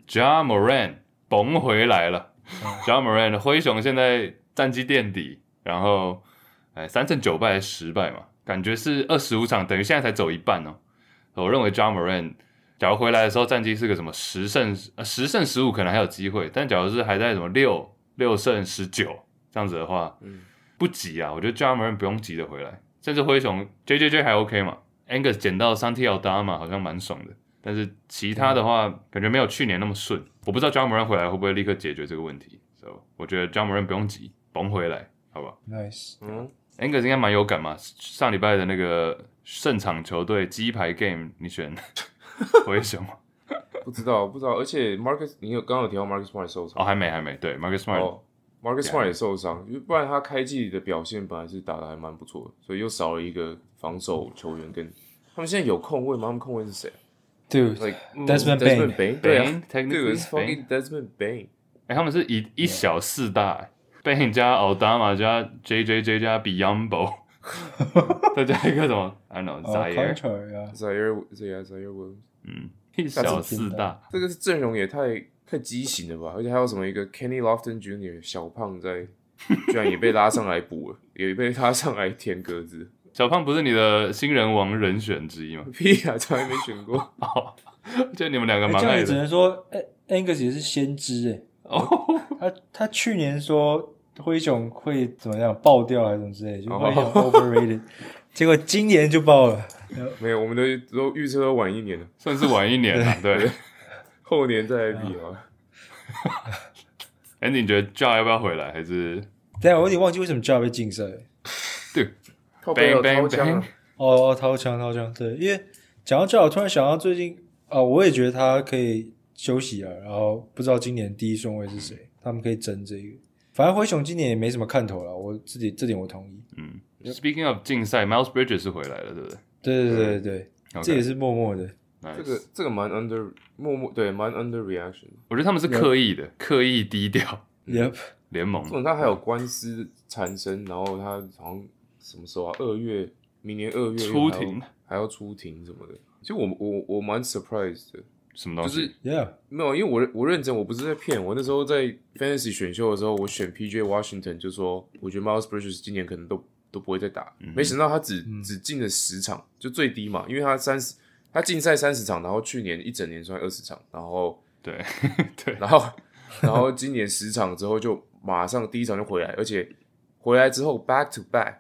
Speaker 2: Ja Moran 崩回来了。Ja Moran 灰熊现在战绩垫底，然后哎三胜九败十败嘛，感觉是二十五场，等于现在才走一半哦。我认为 Ja Moran 假如回来的时候战绩是个什么十胜呃十胜十五可能还有机会，但假如是还在什么六六胜十九这样子的话，不急啊，我觉得 Ja Moran 不用急着回来，甚至灰熊 J J J 还 OK 嘛，Angus 捡到 Santi Aldama 好像蛮爽的，但是其他的话、
Speaker 4: 嗯
Speaker 2: 感觉没有去年那么顺，我不知道 Ja Moran 回来会不会立刻解决这个问题，so 我觉得 Ja Moran 不用急，甭回来，好吧
Speaker 3: nice，
Speaker 4: 嗯，
Speaker 2: ？Angus 应该蛮有感嘛，上礼拜的那个胜场球队鸡排 game 你选 [LAUGHS] 灰熊吗
Speaker 4: 不知道，不知道。而且 Marcus，你有刚刚有提到 Marcus Smart 受
Speaker 2: 哦，
Speaker 4: 伤
Speaker 2: 还没还没，对 Marcus Smart、
Speaker 4: 哦，Marcus Smart 也受伤，因为不然他开季的表现本来是打的还蛮不错的，所以又少了一个防守球员跟。他们现在有空位吗？他们空位是谁
Speaker 3: ，Dude，
Speaker 4: ？Like 嗯
Speaker 3: Desmond Bane
Speaker 4: Desmond Bane，对啊
Speaker 2: Bane technically
Speaker 4: ，Dude
Speaker 2: is
Speaker 4: it's
Speaker 2: Bane，
Speaker 4: fucking Desmond Bane。
Speaker 2: 哎、他们是一一小四大、欸，贝恩加奥达玛加 J J J 加 Beyondbo，再加一个什么？I don't
Speaker 3: 哦
Speaker 2: know，扎耶，
Speaker 3: ，Contrary 啊，
Speaker 4: Zaire Zaire Zaire Williams，
Speaker 2: 嗯，一小四大，
Speaker 4: 这个是阵容也太太畸形了吧？而且还有什么一个 Kenny Lofton Jr. 小胖在，居然也被拉上来补了，也被拉上来填格子。 [LAUGHS]
Speaker 2: 小胖不是你的新人王人选之一吗？ [LAUGHS]
Speaker 4: 屁啊，从来没选过。
Speaker 2: 哦，就你们两个
Speaker 3: 哎
Speaker 2: 蛮
Speaker 3: 这样
Speaker 2: 爱
Speaker 3: 也只
Speaker 2: 的
Speaker 3: 能说哎 Angus 也是先知哎、哎
Speaker 2: 哦， [LAUGHS]
Speaker 3: 他他去年说灰熊会怎么样爆掉还是什么之类的，就
Speaker 4: 哦
Speaker 3: 灰熊 overrated，、结果今年就爆了。
Speaker 4: 没有，我们都都预测都晚一年了，
Speaker 2: 算是晚一年了，对。
Speaker 4: 后年再来比啊。
Speaker 2: 哎，你觉得 j a 要不要回来？还是
Speaker 3: 但我有点忘记为什么 Jar 被禁赛了。
Speaker 2: 对
Speaker 4: 靠背有
Speaker 2: Bang, bang,
Speaker 4: 掏枪啊
Speaker 2: bang
Speaker 3: 哦哦，掏枪掏枪，对，因为讲到 Jar，我突然想到最近啊、我也觉得他可以休息啊，然后不知道今年第一顺位是谁，他们可以争这个。反正灰熊今年也没什么看头了，我自己这点我同意。
Speaker 2: 嗯？Speaking of 竞赛，Miles Bridges 是回来了，对不对
Speaker 3: 对对对对对，
Speaker 2: o
Speaker 3: 这也
Speaker 2: k
Speaker 3: 是默默的。
Speaker 4: 这个这个蛮 under 默默对蛮 under reaction。
Speaker 2: 我觉得他们是刻意的，刻意低调。
Speaker 3: Yep，
Speaker 2: 联盟
Speaker 4: 这种他还有官司缠身，然后他好像什么时候啊？二月，明年二月
Speaker 2: 出
Speaker 4: 还要
Speaker 2: 庭
Speaker 4: 还要出庭什么的。其实我我我蛮 surprised 的，
Speaker 2: 什么东
Speaker 4: 就
Speaker 2: 西？
Speaker 4: 是
Speaker 3: Yeah，
Speaker 4: 没有，因为我认我认真，我不是在骗。我那时候在 Fantasy 选秀的时候，我选 PJ Washington 就说，我觉得 Miles Bridges 今年可能都都不会再打。
Speaker 2: 嗯
Speaker 4: 没想到他只、只进了十场，就最低嘛，因为他三十，他竞赛三十场，然后去年一整年算二十场，然后
Speaker 2: 对 [LAUGHS] 对，
Speaker 4: 然后然后今年十场之后就马上第一场就回来，而且回来之后 back to back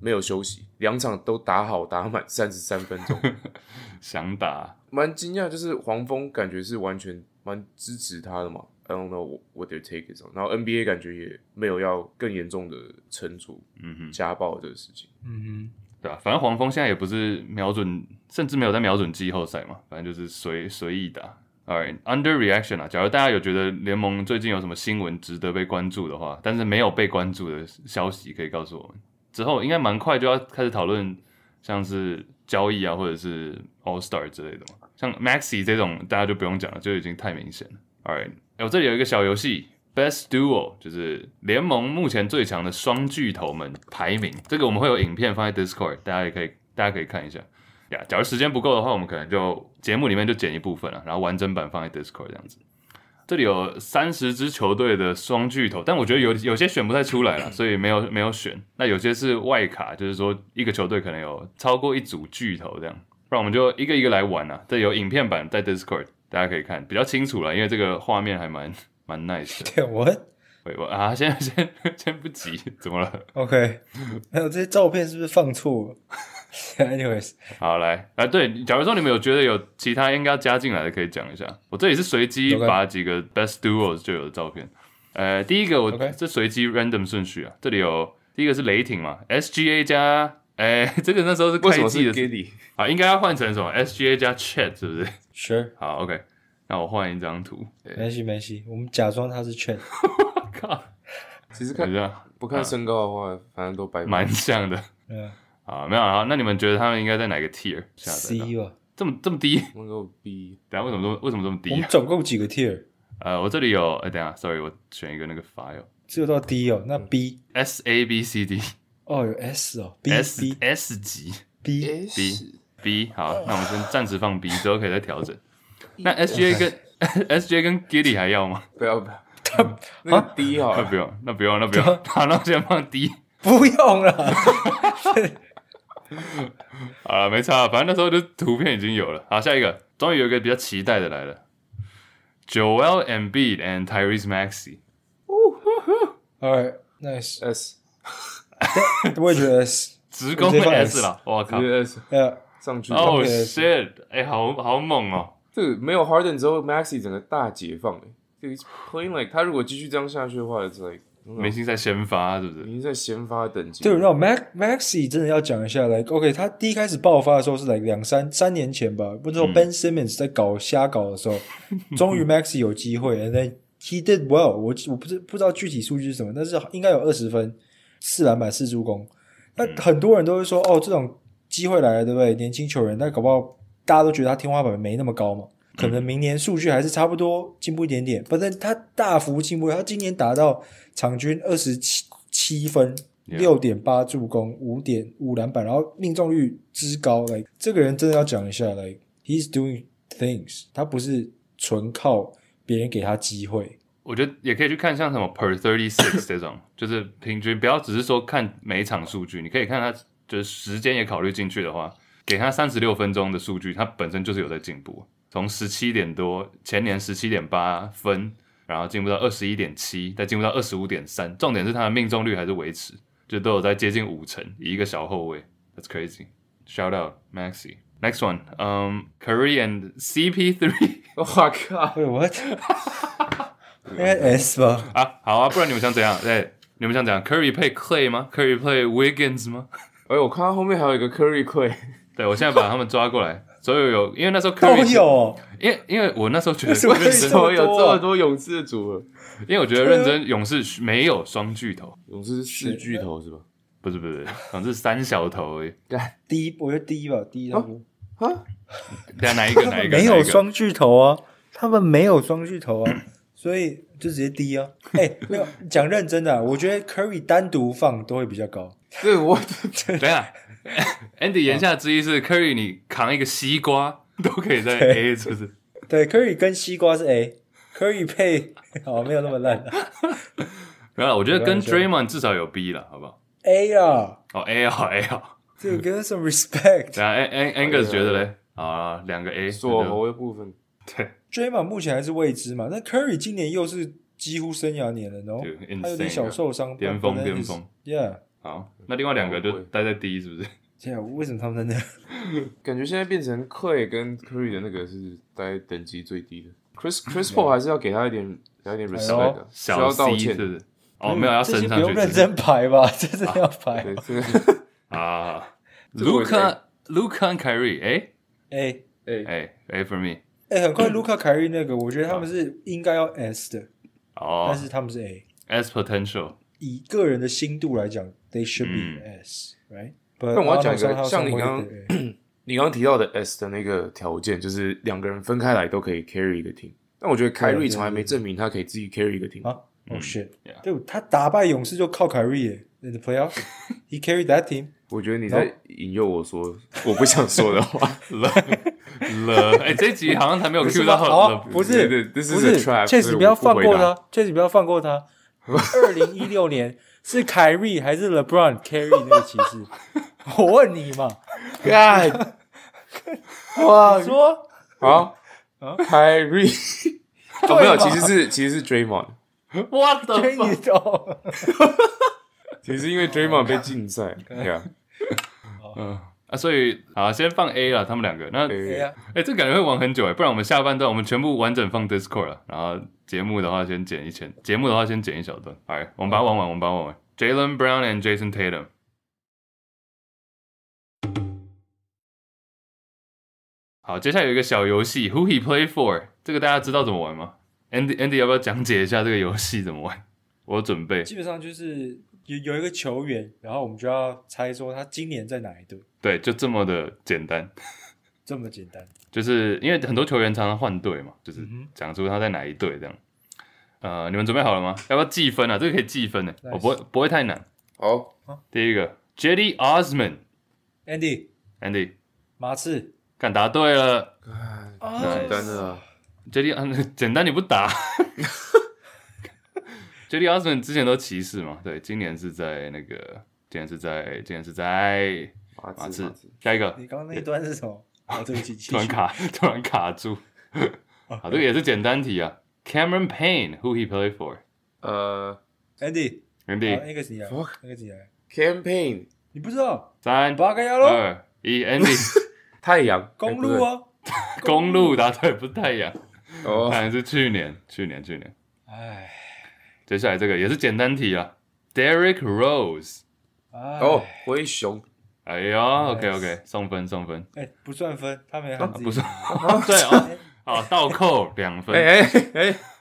Speaker 4: 没有休息，两场都打好打满三十三分钟， [LAUGHS]
Speaker 2: 想打
Speaker 4: 蛮惊讶，就是黄蜂感觉是完全蛮支持他的嘛。I don't know what their take is on。然后 NBA 感觉也没有要更严重的惩处
Speaker 2: 嗯哼，
Speaker 4: 家暴这个事情。
Speaker 3: 嗯
Speaker 2: 对吧、反正黄蜂现在也不是瞄准，甚至没有在瞄准季后赛嘛，反正就是随随意打。Alright，under reaction 啊，假如大家有觉得联盟最近有什么新闻值得被关注的话，但是没有被关注的消息可以告诉我们。之后应该蛮快就要开始讨论，像是交易啊，或者是 All Star 之类的嘛。像 Maxi 这种大家就不用讲了，就已经太明显了。Alright，哎我这里有一个小游戏，Best Duo，就是联盟目前最强的双巨头们排名。这个我们会有影片放在 Discord，大家也可以大家可以看一下。呀，假如时间不够的话，我们可能就节目里面就剪一部分了，然后完整版放在 Discord 这样子。这里有三十支球队的双巨头，但我觉得有有些选不太出来了，所以没有没有选。那有些是外卡，就是说一个球队可能有超过一组巨头这样。不然我们就一个一个来玩啊。这有影片版在 Discord，大家可以看比较清楚了，因为这个画面还蛮蛮 nice 的。 [LAUGHS]
Speaker 3: 哼，What？OK，、 [LAUGHS]
Speaker 2: 喂，我啊，先先先不急，怎么了？
Speaker 3: 还有哎这些照片是不是放错了 [LAUGHS] ？Anyways，
Speaker 2: 好，来啊，对，假如说你们有觉得有其他应该要加进来的，可以讲一下。我这里是随机
Speaker 3: OK
Speaker 2: 把几个 best duos 就有的照片。呃，第一个我
Speaker 3: OK
Speaker 2: 这随机 random 顺序啊，这里有第一个是雷霆嘛，SGA 加，哎， [LAUGHS] 这个那时候是
Speaker 4: 为什
Speaker 2: 开
Speaker 4: 么
Speaker 2: 季
Speaker 4: 是
Speaker 2: 的时
Speaker 4: Giddy？
Speaker 2: 候啊，应该要换成什么 SGA 加 Chat 是不是？
Speaker 3: Sure，
Speaker 2: 好，OK，那我换一张图。 [LAUGHS]
Speaker 3: 没关系没关系，我们假装他是 Chat。
Speaker 2: 靠，
Speaker 4: [LAUGHS] 其实
Speaker 2: 等
Speaker 4: 看
Speaker 2: 一下，
Speaker 4: 不看身高的话，反正都白
Speaker 2: 蛮像的
Speaker 3: 嗯
Speaker 2: 啊，没有啊。那你们觉得他们应该在哪个 tier 下载到？
Speaker 3: ，C 吧。
Speaker 2: 这么这么低？
Speaker 4: 能够 B
Speaker 2: 等一下为什么这么为什么这么
Speaker 3: 我
Speaker 2: 低
Speaker 3: 们
Speaker 2: 啊？
Speaker 3: 总共几个 tier？
Speaker 2: 呃，我这里有，哎，等一下，sorry，我选一个那个 file
Speaker 3: 只有到 D 哦，那 B
Speaker 2: S A B C D
Speaker 3: 哦有 S 哦 B
Speaker 2: S 哎
Speaker 3: B
Speaker 2: S 级
Speaker 3: B
Speaker 4: S
Speaker 2: B，好，那我们先暂时放 B，之后可以再调整。那 S J 跟 [LAUGHS] S J 跟 Gilly 还要吗？
Speaker 4: 不 [LAUGHS] 要不要，那个 D 好
Speaker 2: 那
Speaker 4: 了
Speaker 2: 不用，那不用，那不
Speaker 3: 啊
Speaker 2: 用， [LAUGHS] 好，那我先放 D。
Speaker 3: 不用了， [LAUGHS]
Speaker 2: 好了，没差，反正那时候就图片已经有了。好，下一个，终于有一个比较期待的来了，Joel Embiid and Tyrese Maxey。
Speaker 3: 哎，那是
Speaker 4: S
Speaker 3: 我也觉得 S
Speaker 2: 直攻
Speaker 3: 直接放
Speaker 2: S 了，我靠
Speaker 4: 直！接 S
Speaker 3: 呃
Speaker 4: 上去。
Speaker 2: 哦、
Speaker 3: 放 S
Speaker 2: shit！哎、好好猛哦！
Speaker 4: 这个没有 Harden 之后，Maxi 整个大解放哎、这个 playing like 他如果继续这样下去的话，it's like
Speaker 3: 啊
Speaker 2: 明星在先发是不
Speaker 4: 已
Speaker 2: 是？
Speaker 4: 经在先发等级。
Speaker 3: 对，那 Max Maxi 真的要讲一下来，OK，他第一开始爆发的时候是来两三三年前吧，不知道 Ben Simmons 在搞瞎搞的时候，终于 Maxi 有机会，and then he did well 我。我不知不知道具体数据是什么，但是应该有二十分、四篮板、四助攻。那很多人都会说，哦，这种机会来了，对不对？年轻球员，但搞不好大家都觉得他天花板没那么高嘛，可能明年数据还是差不多进步一点点，反正他大幅进步，他今年达到场均二十七七分。
Speaker 2: Yeah
Speaker 3: 六点八助攻，五点五篮板，然后命中率之高，来、这个人真的要讲一下，来、he's doing things，他不是纯靠别人给他机会，
Speaker 2: 我觉得也可以去看像什么 per thirty six 这种， [COUGHS] 就是平均，不要只是说看每一场数据，你可以看他就是时间也考虑进去的话，给他三十六分钟的数据，他本身就是有在进步，从十七点多前年十七点八分，然后进步到二十一点七，再进步到二十五点三，重点是他的命中率还是维持，就都有在接近五成，以一个小后卫，That's crazy。Shout out Maxi. Next one, um, Curry and CP3
Speaker 4: 我靠，
Speaker 3: 喂 [LAUGHS] what？应该哎
Speaker 2: [LAUGHS]
Speaker 3: S 吧？
Speaker 2: 啊，好啊，不然你们想怎样？哎，你们想怎样？Curry 配 Clay 吗？Curry 配 Wiggins 吗？
Speaker 4: 哎，我看到后面还有一个
Speaker 3: [LAUGHS]
Speaker 4: Curry Clay，
Speaker 2: 对我现在把他们抓过来， [LAUGHS] 所有有，因为那时候
Speaker 3: 都
Speaker 2: Curry 是
Speaker 3: 有，哦，
Speaker 2: 因为因为我那时候觉得
Speaker 3: 为什么
Speaker 2: 认
Speaker 3: 这
Speaker 2: 真
Speaker 3: 么，多
Speaker 4: 我有这么多勇士的组合，
Speaker 2: 因为我觉得认真勇士没有双巨头，
Speaker 4: 勇士是四巨头是吧？
Speaker 2: 不是不是，勇士三小头而已。
Speaker 4: 干
Speaker 3: 第一，我觉得第一吧，第一差不多。
Speaker 4: 啊，
Speaker 2: 等下哪
Speaker 3: [LAUGHS]
Speaker 2: 一个哪一个？
Speaker 3: 没
Speaker 2: 哪
Speaker 3: 有
Speaker 2: 一个
Speaker 3: 双巨头啊，他们没有双巨头啊， [CLEARS THROAT] 所以就直接低啊。 [LAUGHS] 哎、没有讲认真的啊、我觉得 Curry 单独放都会比较高。
Speaker 4: 对我
Speaker 2: 等一下，Andy 言下之意是 Curry 你扛一个西瓜 [LAUGHS] 都可以在 A，是不是？
Speaker 3: 对，Curry 跟西瓜是 A，Curry 配 [LAUGHS] 好没有那么烂、啊、
Speaker 2: 没有啦，我觉得跟
Speaker 3: 我跟你
Speaker 2: Draymond 至少有 B 了，好不好？
Speaker 3: A 啊，
Speaker 2: 哦 A 好 A 好，
Speaker 3: 这个给他
Speaker 2: [LAUGHS]
Speaker 3: some respect。
Speaker 2: 等下 Ang Ang-
Speaker 3: 哎
Speaker 2: Angus 觉得嘞，好啊，两个 A
Speaker 4: 左
Speaker 2: 那就
Speaker 4: 喉的部分，
Speaker 2: 对
Speaker 3: Draymond 目前还是未知嘛，那 Curry 今年又是几乎生涯年了，然后
Speaker 2: 对
Speaker 3: 他哦有
Speaker 2: insane 啊
Speaker 3: 点小受伤，
Speaker 2: 巅峰
Speaker 3: 本来
Speaker 2: 巅
Speaker 3: 是
Speaker 2: 峰。
Speaker 3: Yeah，
Speaker 2: 好，那另外两个就待在第一，是不是？
Speaker 3: 这样为什么他们在那？
Speaker 4: 感觉现在变成 Clay 跟 Curry 的那个是待等级最低的。Chris Chris Paul 还是要给他一点给他一点
Speaker 3: 哎
Speaker 4: respect，的需
Speaker 2: 小
Speaker 4: 要道
Speaker 2: C
Speaker 4: 歉
Speaker 2: 是不。是？哦，没有要
Speaker 3: [LAUGHS] 这
Speaker 2: 升
Speaker 3: 些
Speaker 2: 上
Speaker 3: 不
Speaker 2: 去
Speaker 3: 用认
Speaker 2: 是啊
Speaker 3: 真排吧，这真的要排
Speaker 4: 对，
Speaker 3: [LAUGHS]
Speaker 4: 这个
Speaker 2: 不是啊。
Speaker 4: 这个我
Speaker 2: Luca Luca and Kyrie，哎
Speaker 3: A。
Speaker 4: 哎，
Speaker 2: 哎哎，for me，
Speaker 3: 哎、很
Speaker 4: 嗯
Speaker 3: 快卢卡凯瑞那个，我觉得他
Speaker 4: 啊
Speaker 3: 们是应该要 S 的，
Speaker 2: 哦
Speaker 3: 但是他们是 A。
Speaker 2: ，as potential，
Speaker 3: 以个人的心度来讲，they should be
Speaker 2: 嗯
Speaker 3: S、right？
Speaker 4: 但我要讲一个像你
Speaker 3: 刚
Speaker 4: 你刚刚提到的 S 的那个条件，就是两个人分开来都可以 carry 一个 team。但我觉得凯
Speaker 3: 对啊
Speaker 4: 瑞
Speaker 3: 对
Speaker 4: 从来没证明他可以自己 carry 一个 team。
Speaker 3: 啊，哦、
Speaker 2: 嗯
Speaker 3: shit，、
Speaker 2: yeah
Speaker 3: 对，他打败勇士就靠凯瑞耶，in the
Speaker 4: [LAUGHS]
Speaker 3: playoff，he carried that team。
Speaker 4: 我觉得你
Speaker 3: 然
Speaker 4: 在引诱我说我不想说的话。
Speaker 3: [LAUGHS]
Speaker 2: 了了，哎，这一集好像还没有
Speaker 3: 不是
Speaker 2: Q
Speaker 3: 吗？
Speaker 2: 到
Speaker 3: 好，啊
Speaker 2: 了，
Speaker 3: 不是，
Speaker 4: 对对
Speaker 3: 不
Speaker 4: ，this
Speaker 3: 是
Speaker 4: is a trap，
Speaker 3: 确
Speaker 4: 所
Speaker 3: 实
Speaker 4: 以
Speaker 3: 不要
Speaker 4: 我不
Speaker 3: 放
Speaker 4: 回
Speaker 3: 过
Speaker 4: 答
Speaker 3: 他，确实不要放过
Speaker 4: [LAUGHS]
Speaker 3: 他。二零一六年是凯瑞还是 LeBron carry 那个骑士？ [LAUGHS] 我问你嘛，
Speaker 4: [LAUGHS] God，哇
Speaker 3: 你，说
Speaker 4: 好
Speaker 3: 啊，
Speaker 4: 凯瑞，
Speaker 3: [LAUGHS]
Speaker 4: 哦，没有，其实
Speaker 3: 是
Speaker 4: 是其实是 Draymond，
Speaker 2: ，What the
Speaker 3: 跟
Speaker 2: fuck？
Speaker 3: 你
Speaker 4: [LAUGHS]
Speaker 3: 懂。
Speaker 4: 其实因为 Draymond 被
Speaker 3: [LAUGHS]
Speaker 4: 禁赛，对啊，
Speaker 2: 嗯啊，所以好，先放 A 了，他们两个。那
Speaker 4: 对
Speaker 3: 对啊呀、
Speaker 2: 哎，这感觉会玩很久哎，不然我们下半段我们全部完整放 Discord 了，然后节目的话先剪一剪，节目的话先剪一小段。好，我们把它玩完，我们把它玩完。Jalen Brown and Jason Tatum。好，接下来有一个小游戏，Who he play for？这个大家知道怎么玩吗？Andy Andy 要不要讲解一下这个游戏怎么玩？我有准备。
Speaker 3: 基本上就是有有一个球员，然后我们就要猜说他今年在哪一队，
Speaker 2: 对，就这么的简单。
Speaker 3: 这么简单。
Speaker 2: 就是因为很多球员常常换队嘛，就是
Speaker 3: 嗯哼
Speaker 2: 讲出他在哪一队这样。呃，你们准备好了吗？要不要计分啊？这个可以计分的、
Speaker 3: Nice
Speaker 2: 我、不会不会太难。
Speaker 4: 好，
Speaker 2: 第一个 Jetty Osman，Andy，
Speaker 3: Andy 马刺
Speaker 2: 敢答对了
Speaker 4: 简单的啊，
Speaker 2: ，Jetty，嗯 [LAUGHS] 简单你不 [LAUGHS] 答。Jetty Osman 之前都骑士嘛，对，今年是在那个，今年是在，今年是在马
Speaker 4: 马
Speaker 2: 刺
Speaker 4: 刺，马。
Speaker 2: 下一个
Speaker 3: 你刚刚那一段是什么？哦，对不起，继
Speaker 2: 突然
Speaker 3: 续。
Speaker 2: 卡，突然卡
Speaker 3: [LAUGHS]
Speaker 2: 住。好，这个也是简单题啊。Cameron Payne，who he play for？
Speaker 4: 呃
Speaker 3: Andy，
Speaker 2: 兄
Speaker 3: 好哎
Speaker 2: 弟，
Speaker 3: 那个谁来？
Speaker 4: Fuck
Speaker 3: 那个谁来？
Speaker 4: ，campaign
Speaker 3: 你不知道
Speaker 2: 三、
Speaker 3: 巴盖亚咯？
Speaker 2: 二、一，Andy，
Speaker 4: [LAUGHS] 太阳哎
Speaker 3: 公路，啊？
Speaker 2: 公路答对，不是太阳，
Speaker 4: 哎不对哦
Speaker 2: 当，然是去年，去年，去年。
Speaker 3: 哎
Speaker 2: 接下来这个也是简单题啊。Derek Rose，
Speaker 3: 哎
Speaker 4: 哦，灰熊，
Speaker 2: 哎呦，OK OK，送分送分，
Speaker 3: 哎，不算分，他没有
Speaker 2: 啊
Speaker 3: 喊自己哎
Speaker 2: 不是， [LAUGHS] 对哦，好倒扣两分。
Speaker 4: 哎哎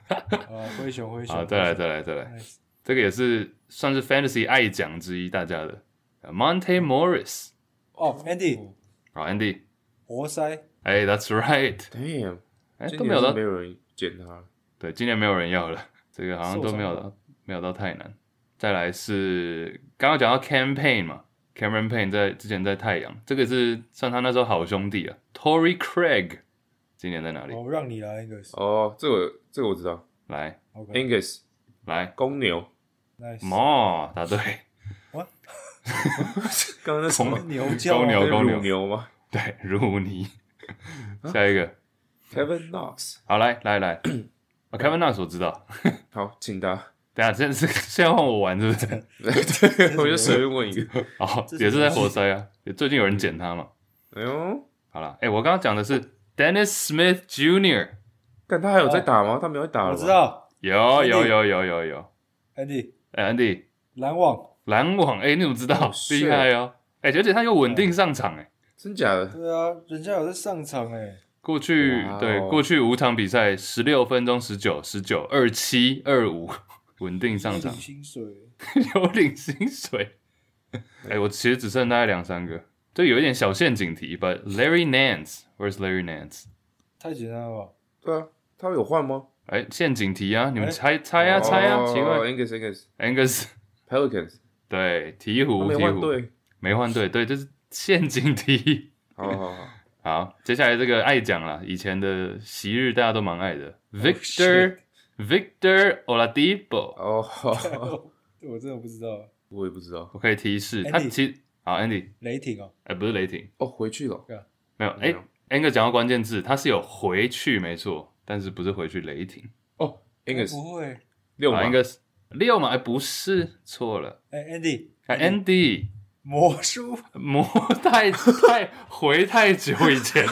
Speaker 4: 哎，
Speaker 3: 啊，灰熊灰熊。
Speaker 2: 好，再来，再来，再来，
Speaker 3: Nice
Speaker 2: 这个也是算是 Fantasy 爱奖之一，大家的。Monte Morris，
Speaker 3: 哦，Andy，
Speaker 2: 好，Andy，
Speaker 3: 活塞，
Speaker 2: 哎，That's right，
Speaker 4: damn，
Speaker 2: 哎，
Speaker 4: 今
Speaker 2: 都没有
Speaker 4: 年是
Speaker 2: 到
Speaker 4: 没，有人捡他，
Speaker 2: 对，今年没有人要了，这个好像都没有
Speaker 3: 受
Speaker 2: 到，没有到太难。再来是刚刚讲到 campaign 嘛，Cameron Payne 在之前在太阳，这个是算他那时候好兄弟啊。Tory Craig 今年在哪里？
Speaker 3: 我让你来一个。
Speaker 4: 哦，这个这个我知道
Speaker 2: 来
Speaker 3: OK，
Speaker 4: ，Angus
Speaker 2: 来
Speaker 4: 公牛，
Speaker 3: nice。
Speaker 2: ，Mo 答对，
Speaker 4: 刚刚那什么
Speaker 3: 牛叫啊
Speaker 2: 公牛
Speaker 4: 那是 [LAUGHS] 乳牛吗
Speaker 2: 对，鲁尼。下一个，
Speaker 4: ？Kevin Knox，
Speaker 2: 好来来来，啊，Kevin Knox 我知道，
Speaker 4: 好，请答。
Speaker 2: 等一下现在是现在换我玩是不是？
Speaker 4: 对， [LAUGHS] 我就随便问一个。
Speaker 2: 哦，
Speaker 3: 这是
Speaker 2: 也是在活塞啊，也最近有人捡他嘛。
Speaker 4: 哎呦，
Speaker 2: 好了，哎、我刚刚讲的是 Dennis Smith Jr.
Speaker 4: 看他还有在打吗？他没有在打了。
Speaker 3: 我知。道
Speaker 2: 有
Speaker 3: Andy
Speaker 2: 有有有有有、
Speaker 3: ，Andy，
Speaker 2: 哎 Andy
Speaker 3: 篮网。
Speaker 2: 篮网，哎、你怎么知道
Speaker 4: 哦？
Speaker 2: 厉、
Speaker 4: 是哦
Speaker 2: 害哦！哎、而且他又稳定上场、哎，
Speaker 4: 真假的？
Speaker 3: 对啊，人家有在上场哎。
Speaker 2: 过去、
Speaker 4: 哇哦
Speaker 2: 对过去五场比赛，十六分钟、十九、十九、二七、二五， [LAUGHS] 稳定上
Speaker 4: [LAUGHS]
Speaker 2: 场
Speaker 3: 领，薪水。
Speaker 2: 有领薪水。哎、我其实只剩大概两三个，这有一点小陷阱题，but Larry Nance，where's Larry Nance？
Speaker 3: 太简单了吧？
Speaker 4: 对啊，他有换吗？
Speaker 2: 哎、陷阱题啊，你们
Speaker 3: 哎
Speaker 2: 猜、猜啊猜啊，
Speaker 4: 哦
Speaker 2: 奇怪
Speaker 4: ，Angus Angus
Speaker 2: ，Angus。
Speaker 4: Pelicans，
Speaker 2: 对，鹈
Speaker 4: 他
Speaker 2: 鹕，
Speaker 4: 没
Speaker 2: 鹈
Speaker 4: 换
Speaker 2: 鹕
Speaker 4: 对。
Speaker 2: 没换对，对，这是陷阱题。
Speaker 4: 好好好，
Speaker 2: 好，接下来这个爱讲了，以前的昔日大家都蛮爱的，Victor、Victor Oladipo，
Speaker 4: 哦，
Speaker 3: [LAUGHS]
Speaker 4: [LAUGHS]
Speaker 3: 我真的不知道。
Speaker 4: 我也不知道。
Speaker 2: 我可以提示
Speaker 3: Andy
Speaker 2: 他其好 Andy，
Speaker 3: 雷霆哦，
Speaker 2: 哎、不是雷霆，
Speaker 4: 哦，回去了。
Speaker 2: 没有，哎、
Speaker 4: 没有
Speaker 2: a n g e 讲到关键字，他是有回去没错，但是不是回去雷霆，
Speaker 4: 哦，Angus
Speaker 3: 哎不会。
Speaker 4: 六
Speaker 2: 啊
Speaker 4: 嘛
Speaker 2: 应该是六嘛，哎、不是，错了，
Speaker 3: 哎，Andy，
Speaker 2: 哎、a n d y
Speaker 3: 魔术。
Speaker 2: 魔太太回太久以前
Speaker 4: [LAUGHS]
Speaker 2: 了，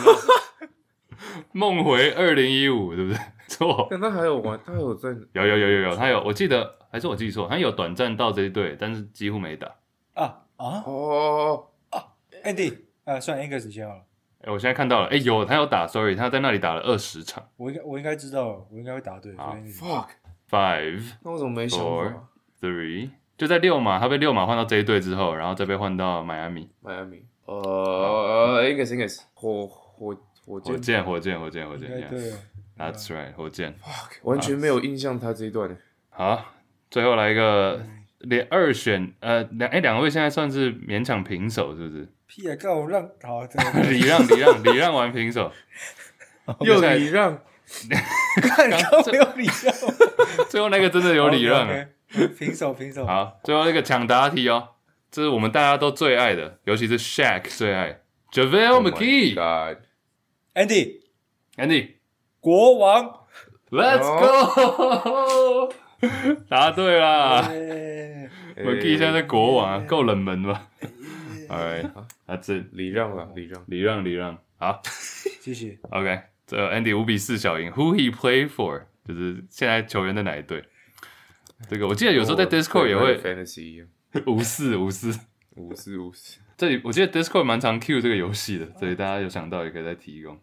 Speaker 2: 梦回二零一五，对不对？错，
Speaker 4: 但他还有玩，他还有在
Speaker 2: 有有有有有，他有，我记得还是我记错，他有短暂到这一队，但是几乎没打。
Speaker 3: 啊啊
Speaker 4: 哦，
Speaker 3: ，Andy，啊，算 Angus 先好了。
Speaker 2: 哎，我现在看到了，哎，有他有打，sorry，他在那里打了二十场。
Speaker 3: 我应该我应该知道了，我应该会答对。
Speaker 2: 好
Speaker 3: 所以你
Speaker 4: fuck，
Speaker 2: Five,
Speaker 4: 那我怎么没想
Speaker 2: four,
Speaker 4: 到
Speaker 2: three，就在六马，他被六马换到这一队之后，然后再被换到迈阿密
Speaker 4: 迈阿密？呃，Angus Angus 火火火
Speaker 2: 火
Speaker 4: 箭
Speaker 2: 箭，火箭，火箭，火
Speaker 3: 应
Speaker 2: 箭。
Speaker 3: 该对
Speaker 2: yes
Speaker 3: 了。
Speaker 2: That's right，火箭。
Speaker 4: 完全没有印象他这一
Speaker 2: [LAUGHS]
Speaker 4: 段。
Speaker 2: 好，最后来一个连二选，呃，两哎两位现在算是勉强平手，是不是？ [LAUGHS]
Speaker 3: 屁啊！干我让好，对
Speaker 2: 礼让，礼让，礼让完平手，
Speaker 4: 又礼
Speaker 2: [LAUGHS]
Speaker 4: 让，
Speaker 3: [LAUGHS] 看刚没有礼让，
Speaker 2: 最后那个真的 [LAUGHS] 有礼让啊。
Speaker 3: [LAUGHS] OK，OK，平手平手。
Speaker 2: 好，最后那个抢答题哦，这是我们大家都最爱的，尤其是 Shaq 最爱 JaVale McGee、
Speaker 4: Oh God，
Speaker 3: Andy，
Speaker 2: Andy。
Speaker 3: 国王。
Speaker 2: Let's go！、答对啦
Speaker 3: 耶
Speaker 4: 哎
Speaker 2: ，McGee 现在是国王啊，够冷门吧？Alright，that's it，
Speaker 4: 礼让了，礼让。
Speaker 2: 礼让礼让，好。
Speaker 3: 谢谢。
Speaker 2: OK，这 Andy 五比四小赢。Who he play for？就是现在球员在哪一队？这个我记得有时候在
Speaker 4: 哦
Speaker 2: Discord 也会
Speaker 4: fantasy 一样，
Speaker 2: 五四五四。
Speaker 4: 五四五四。
Speaker 2: 这里我记得 Discord 蛮常 Q 这个游戏的，所以大家有想到也可以再提供。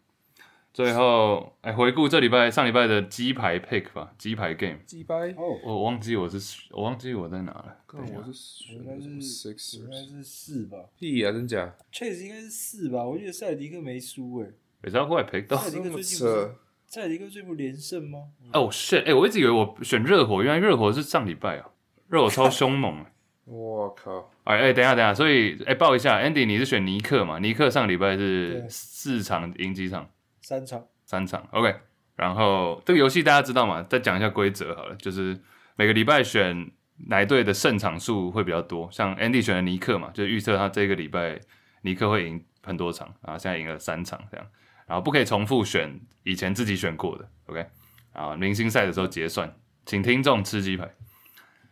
Speaker 2: 最后，哎，回顾这礼拜上礼拜的鸡排 pick 吧，鸡排 game。
Speaker 4: 击败，
Speaker 3: 哦，
Speaker 2: 我忘记我是我忘记我在哪了。
Speaker 4: 看我是选
Speaker 3: 应该
Speaker 4: 的什么
Speaker 3: 是应该
Speaker 4: Sixers，
Speaker 3: 是四吧？
Speaker 4: 屁啊，真假？
Speaker 3: 确实应该是四吧？我觉得塞尔迪克没输哎，
Speaker 2: 哦 Is that who I picked？
Speaker 3: 塞尔
Speaker 2: 哦
Speaker 3: 迪
Speaker 4: 这
Speaker 3: 克最
Speaker 4: 么
Speaker 3: 近不是
Speaker 4: 扯，
Speaker 3: 塞尔提克最不连胜吗？
Speaker 2: 哦、shit！哎、我一直以为我选热火，原来热火是上礼拜哦，热火超凶猛欸。
Speaker 4: 我靠，
Speaker 2: [LAUGHS] 哎哎，等一下等一下，所以哎、报一下，Andy 你是选尼克嘛？尼克上礼拜是
Speaker 3: 对
Speaker 2: 四场赢几场？
Speaker 3: 三场
Speaker 2: 三场，OK。然后这个游戏大家知道嘛？再讲一下规则好了，就是每个礼拜选哪一队的胜场数会比较多。像 Andy 选了尼克嘛，就是预测他这个礼拜尼克会赢很多场，然后现在赢了三场这样。然后不可以重复选以前自己选过的，OK。然后明星赛的时候结算，请听众吃鸡排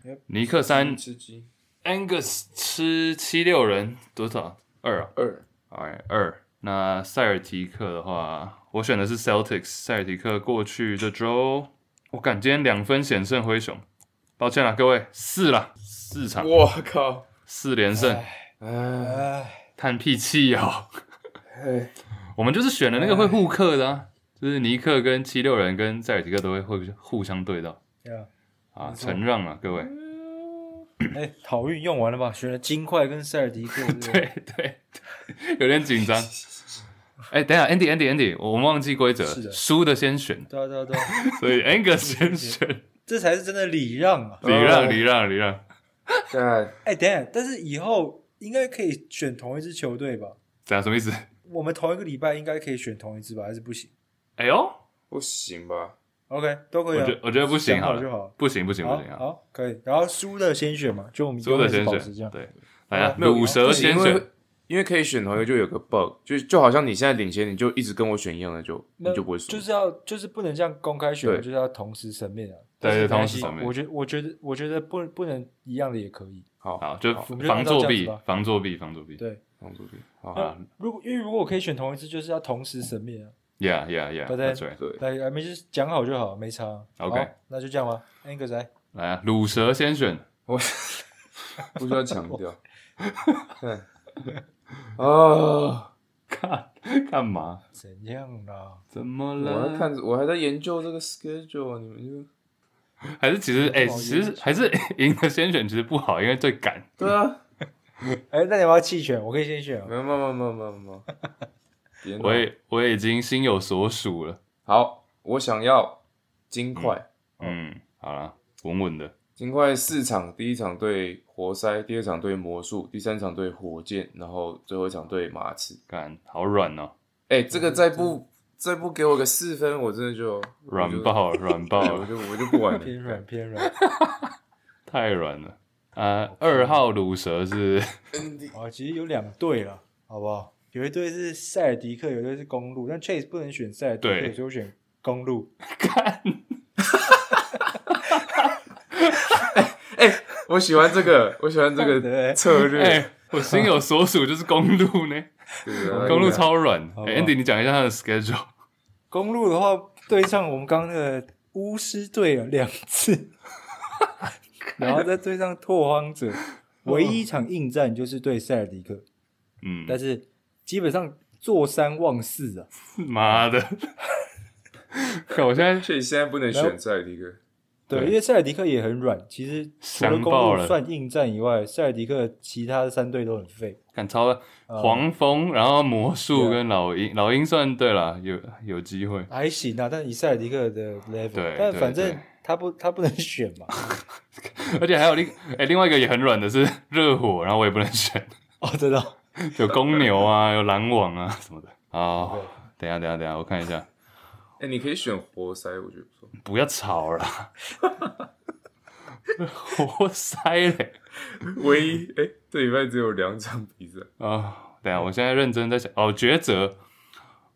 Speaker 3: Yep。
Speaker 2: 尼克三
Speaker 4: 吃鸡
Speaker 2: Angus 吃七六人多少？二啊、
Speaker 4: 二，
Speaker 2: 哎，二。那塞尔提克的话，我选的是 Celtics。塞尔提克过去这周，我感今天两分险胜灰熊，抱歉了各位，四了，四场
Speaker 4: 我靠，
Speaker 2: 四连胜，
Speaker 4: 哎
Speaker 3: 哎，
Speaker 2: 叹屁气哦。 [LAUGHS]
Speaker 4: 哎，
Speaker 2: 我们就是选了那
Speaker 3: 哎
Speaker 2: 个会互克的、啊，就是尼克跟七六人跟塞尔提克都会会互相对到
Speaker 3: 对啊，
Speaker 2: 啊，
Speaker 3: 没错
Speaker 2: 承让了各位。 [LAUGHS]
Speaker 3: 哎，好运用完了吧？选了金块跟塞尔提克，对不对
Speaker 2: 对对，对有点紧张。哎、等一下，Andy Andy Andy，我们忘记规则
Speaker 3: 是，的
Speaker 2: 输的先选，
Speaker 3: 对啊对啊对啊，
Speaker 2: 所以 Angus 先选。
Speaker 3: 这才 [LAUGHS] 是真的礼让啊！
Speaker 2: [LAUGHS] 礼让，礼让，礼让，
Speaker 4: 干
Speaker 3: 哎，等一下，但是以后应该可以选同一支球队吧？
Speaker 2: 怎样？什么意思？
Speaker 3: 我们同一个礼拜应该可以选同一支吧？还是不行
Speaker 2: 哎呦，
Speaker 4: 不行吧？
Speaker 3: ？OK，都可以
Speaker 2: 我
Speaker 3: 啊
Speaker 2: 觉。我觉得不行，
Speaker 3: 讲
Speaker 2: 好
Speaker 3: 好
Speaker 2: 了，
Speaker 3: 就好
Speaker 2: 不行，不行，不行，
Speaker 3: 好
Speaker 2: 好
Speaker 3: 好，可以。然后输的先选嘛，就我们
Speaker 2: 输的
Speaker 3: 永
Speaker 2: 先
Speaker 3: 远保持这
Speaker 2: 选，
Speaker 3: 样。
Speaker 2: 对，来啊，
Speaker 3: 没有
Speaker 2: 乳蛇
Speaker 4: 不行
Speaker 2: 先
Speaker 4: 因
Speaker 2: 选
Speaker 4: 为，因为可以选同一个，就有个 bug，就就好像你现在领先，你就一直跟我选一样的，就
Speaker 3: 那
Speaker 4: 你就不会输。
Speaker 3: 就是要就是不能这样公开选，
Speaker 4: 对
Speaker 3: 就是要同时审面啊。
Speaker 2: 对
Speaker 3: 但是
Speaker 2: 对同
Speaker 3: 没关
Speaker 2: 时
Speaker 3: 系
Speaker 2: 审面
Speaker 3: 我觉我觉得我觉得不不能一样的也可以。
Speaker 4: 好，
Speaker 2: 好，就
Speaker 3: 我们就
Speaker 2: 防
Speaker 3: 按照
Speaker 2: 作
Speaker 3: 这样
Speaker 2: 弊
Speaker 3: 子吧，
Speaker 2: 防作弊，防作弊
Speaker 3: 对，
Speaker 4: 放出去，好，
Speaker 2: 啊
Speaker 3: 如果因为如果我可以选同一次，就是要同时审面啊。
Speaker 2: ，Yeah Yeah
Speaker 3: 对对
Speaker 2: Yeah，That's right， [LAUGHS]
Speaker 4: 对，
Speaker 3: 来，没事，讲好就好，没差啊。
Speaker 2: OK
Speaker 3: 好那就这样吧。安格仔，
Speaker 2: 来啊，乳蛇先
Speaker 3: [LAUGHS]
Speaker 2: 选，
Speaker 4: 我不需要强
Speaker 2: [LAUGHS]
Speaker 4: 调。对，啊，
Speaker 2: 看干嘛？
Speaker 3: 怎样啊啦？
Speaker 2: 怎么
Speaker 4: 我还
Speaker 2: 了？
Speaker 4: 看，我还在研究这个 schedule，你
Speaker 2: [LAUGHS]
Speaker 4: 们就
Speaker 2: 还是其实哎，
Speaker 3: 不好意
Speaker 2: 其
Speaker 3: 思
Speaker 2: 实还是 [LAUGHS] 赢的先选，其实不好，因为最赶。
Speaker 4: 对啊，
Speaker 3: 哎，那你要不要弃权？我可以先选啊
Speaker 4: 没。有，没有，没有，没有，没
Speaker 2: [LAUGHS]
Speaker 4: 有，别闹
Speaker 2: 我也我也已经心有所属了，
Speaker 4: 好，我想要金块，
Speaker 2: 嗯，好了，稳稳的，
Speaker 4: 金块四场，第一场对活塞，第二场对魔术，第三场对火箭，然后最后一场对马刺。
Speaker 2: 干好软哦，
Speaker 4: 哎、这个再不再不给我个四分，我真的就
Speaker 2: 软，爆了软爆
Speaker 4: 我就
Speaker 2: 了
Speaker 3: [LAUGHS]
Speaker 4: 我。就我就不 [LAUGHS] 玩了。
Speaker 3: 偏软偏软，
Speaker 2: 太软了。呃，二号乳蛇是
Speaker 3: 啊，其实有两队了，好不好？有一队是塞尔迪克，有一队是公路，但 Chase 不能选塞尔迪
Speaker 2: 对
Speaker 3: 克，所以我选公路。
Speaker 4: 我喜欢这个，我喜欢 [LAUGHS] 这个
Speaker 3: 对
Speaker 4: 策
Speaker 2: [LAUGHS] 哎、
Speaker 4: 略。
Speaker 2: 我心有所属，就是公路
Speaker 3: [LAUGHS]
Speaker 2: 呢。
Speaker 4: 对啊
Speaker 2: 公路超软。
Speaker 3: 好吧
Speaker 2: 哎、Andy，你讲一下他的 schedule。
Speaker 3: 公路的话，对上我们刚刚那个巫师队了两
Speaker 2: [LAUGHS]
Speaker 3: 次，然后再对上拓荒者，唯一一场硬战就是对塞尔迪克，
Speaker 2: 嗯，
Speaker 3: 但是基本上坐三望四啊，
Speaker 2: 妈的！ [LAUGHS] 看我现在
Speaker 4: 所以现在不能选赛迪克。
Speaker 3: 对，
Speaker 2: 对
Speaker 3: 因为塞尔迪克也很软，其实除了
Speaker 2: 强爆
Speaker 3: 公
Speaker 2: 了
Speaker 3: 路算硬战以外，塞尔迪克其他的三队都很废，
Speaker 2: 看超了
Speaker 3: 嗯
Speaker 2: 黄蜂，然后魔
Speaker 3: 啊
Speaker 2: 术跟老鹰，老鹰算对了，有有机会。
Speaker 3: 还行啊，但以塞尔迪克的 level，
Speaker 2: 对
Speaker 3: 但
Speaker 2: 对
Speaker 3: 反
Speaker 2: 对
Speaker 3: 正他不他不能选
Speaker 2: [LAUGHS]
Speaker 3: 嘛，
Speaker 2: 而且还有另哎、另外一个也很软的是热火，然后我也不能选， [LAUGHS]
Speaker 3: 哦，真的哦，
Speaker 2: 有公牛
Speaker 3: [LAUGHS]
Speaker 2: 啊，有篮网啊什么的。哦，等一下等一下等一下，我看一下。
Speaker 4: 哎、你可以选活塞，我觉得不错。
Speaker 2: 不要吵了
Speaker 3: [LAUGHS]
Speaker 2: 啦， [LAUGHS] 活塞嘞
Speaker 4: 唯一哎、这礼拜只有两场比赛。
Speaker 2: 啊、等一下，
Speaker 4: 嗯
Speaker 2: 我现在认真在想哦，抉择，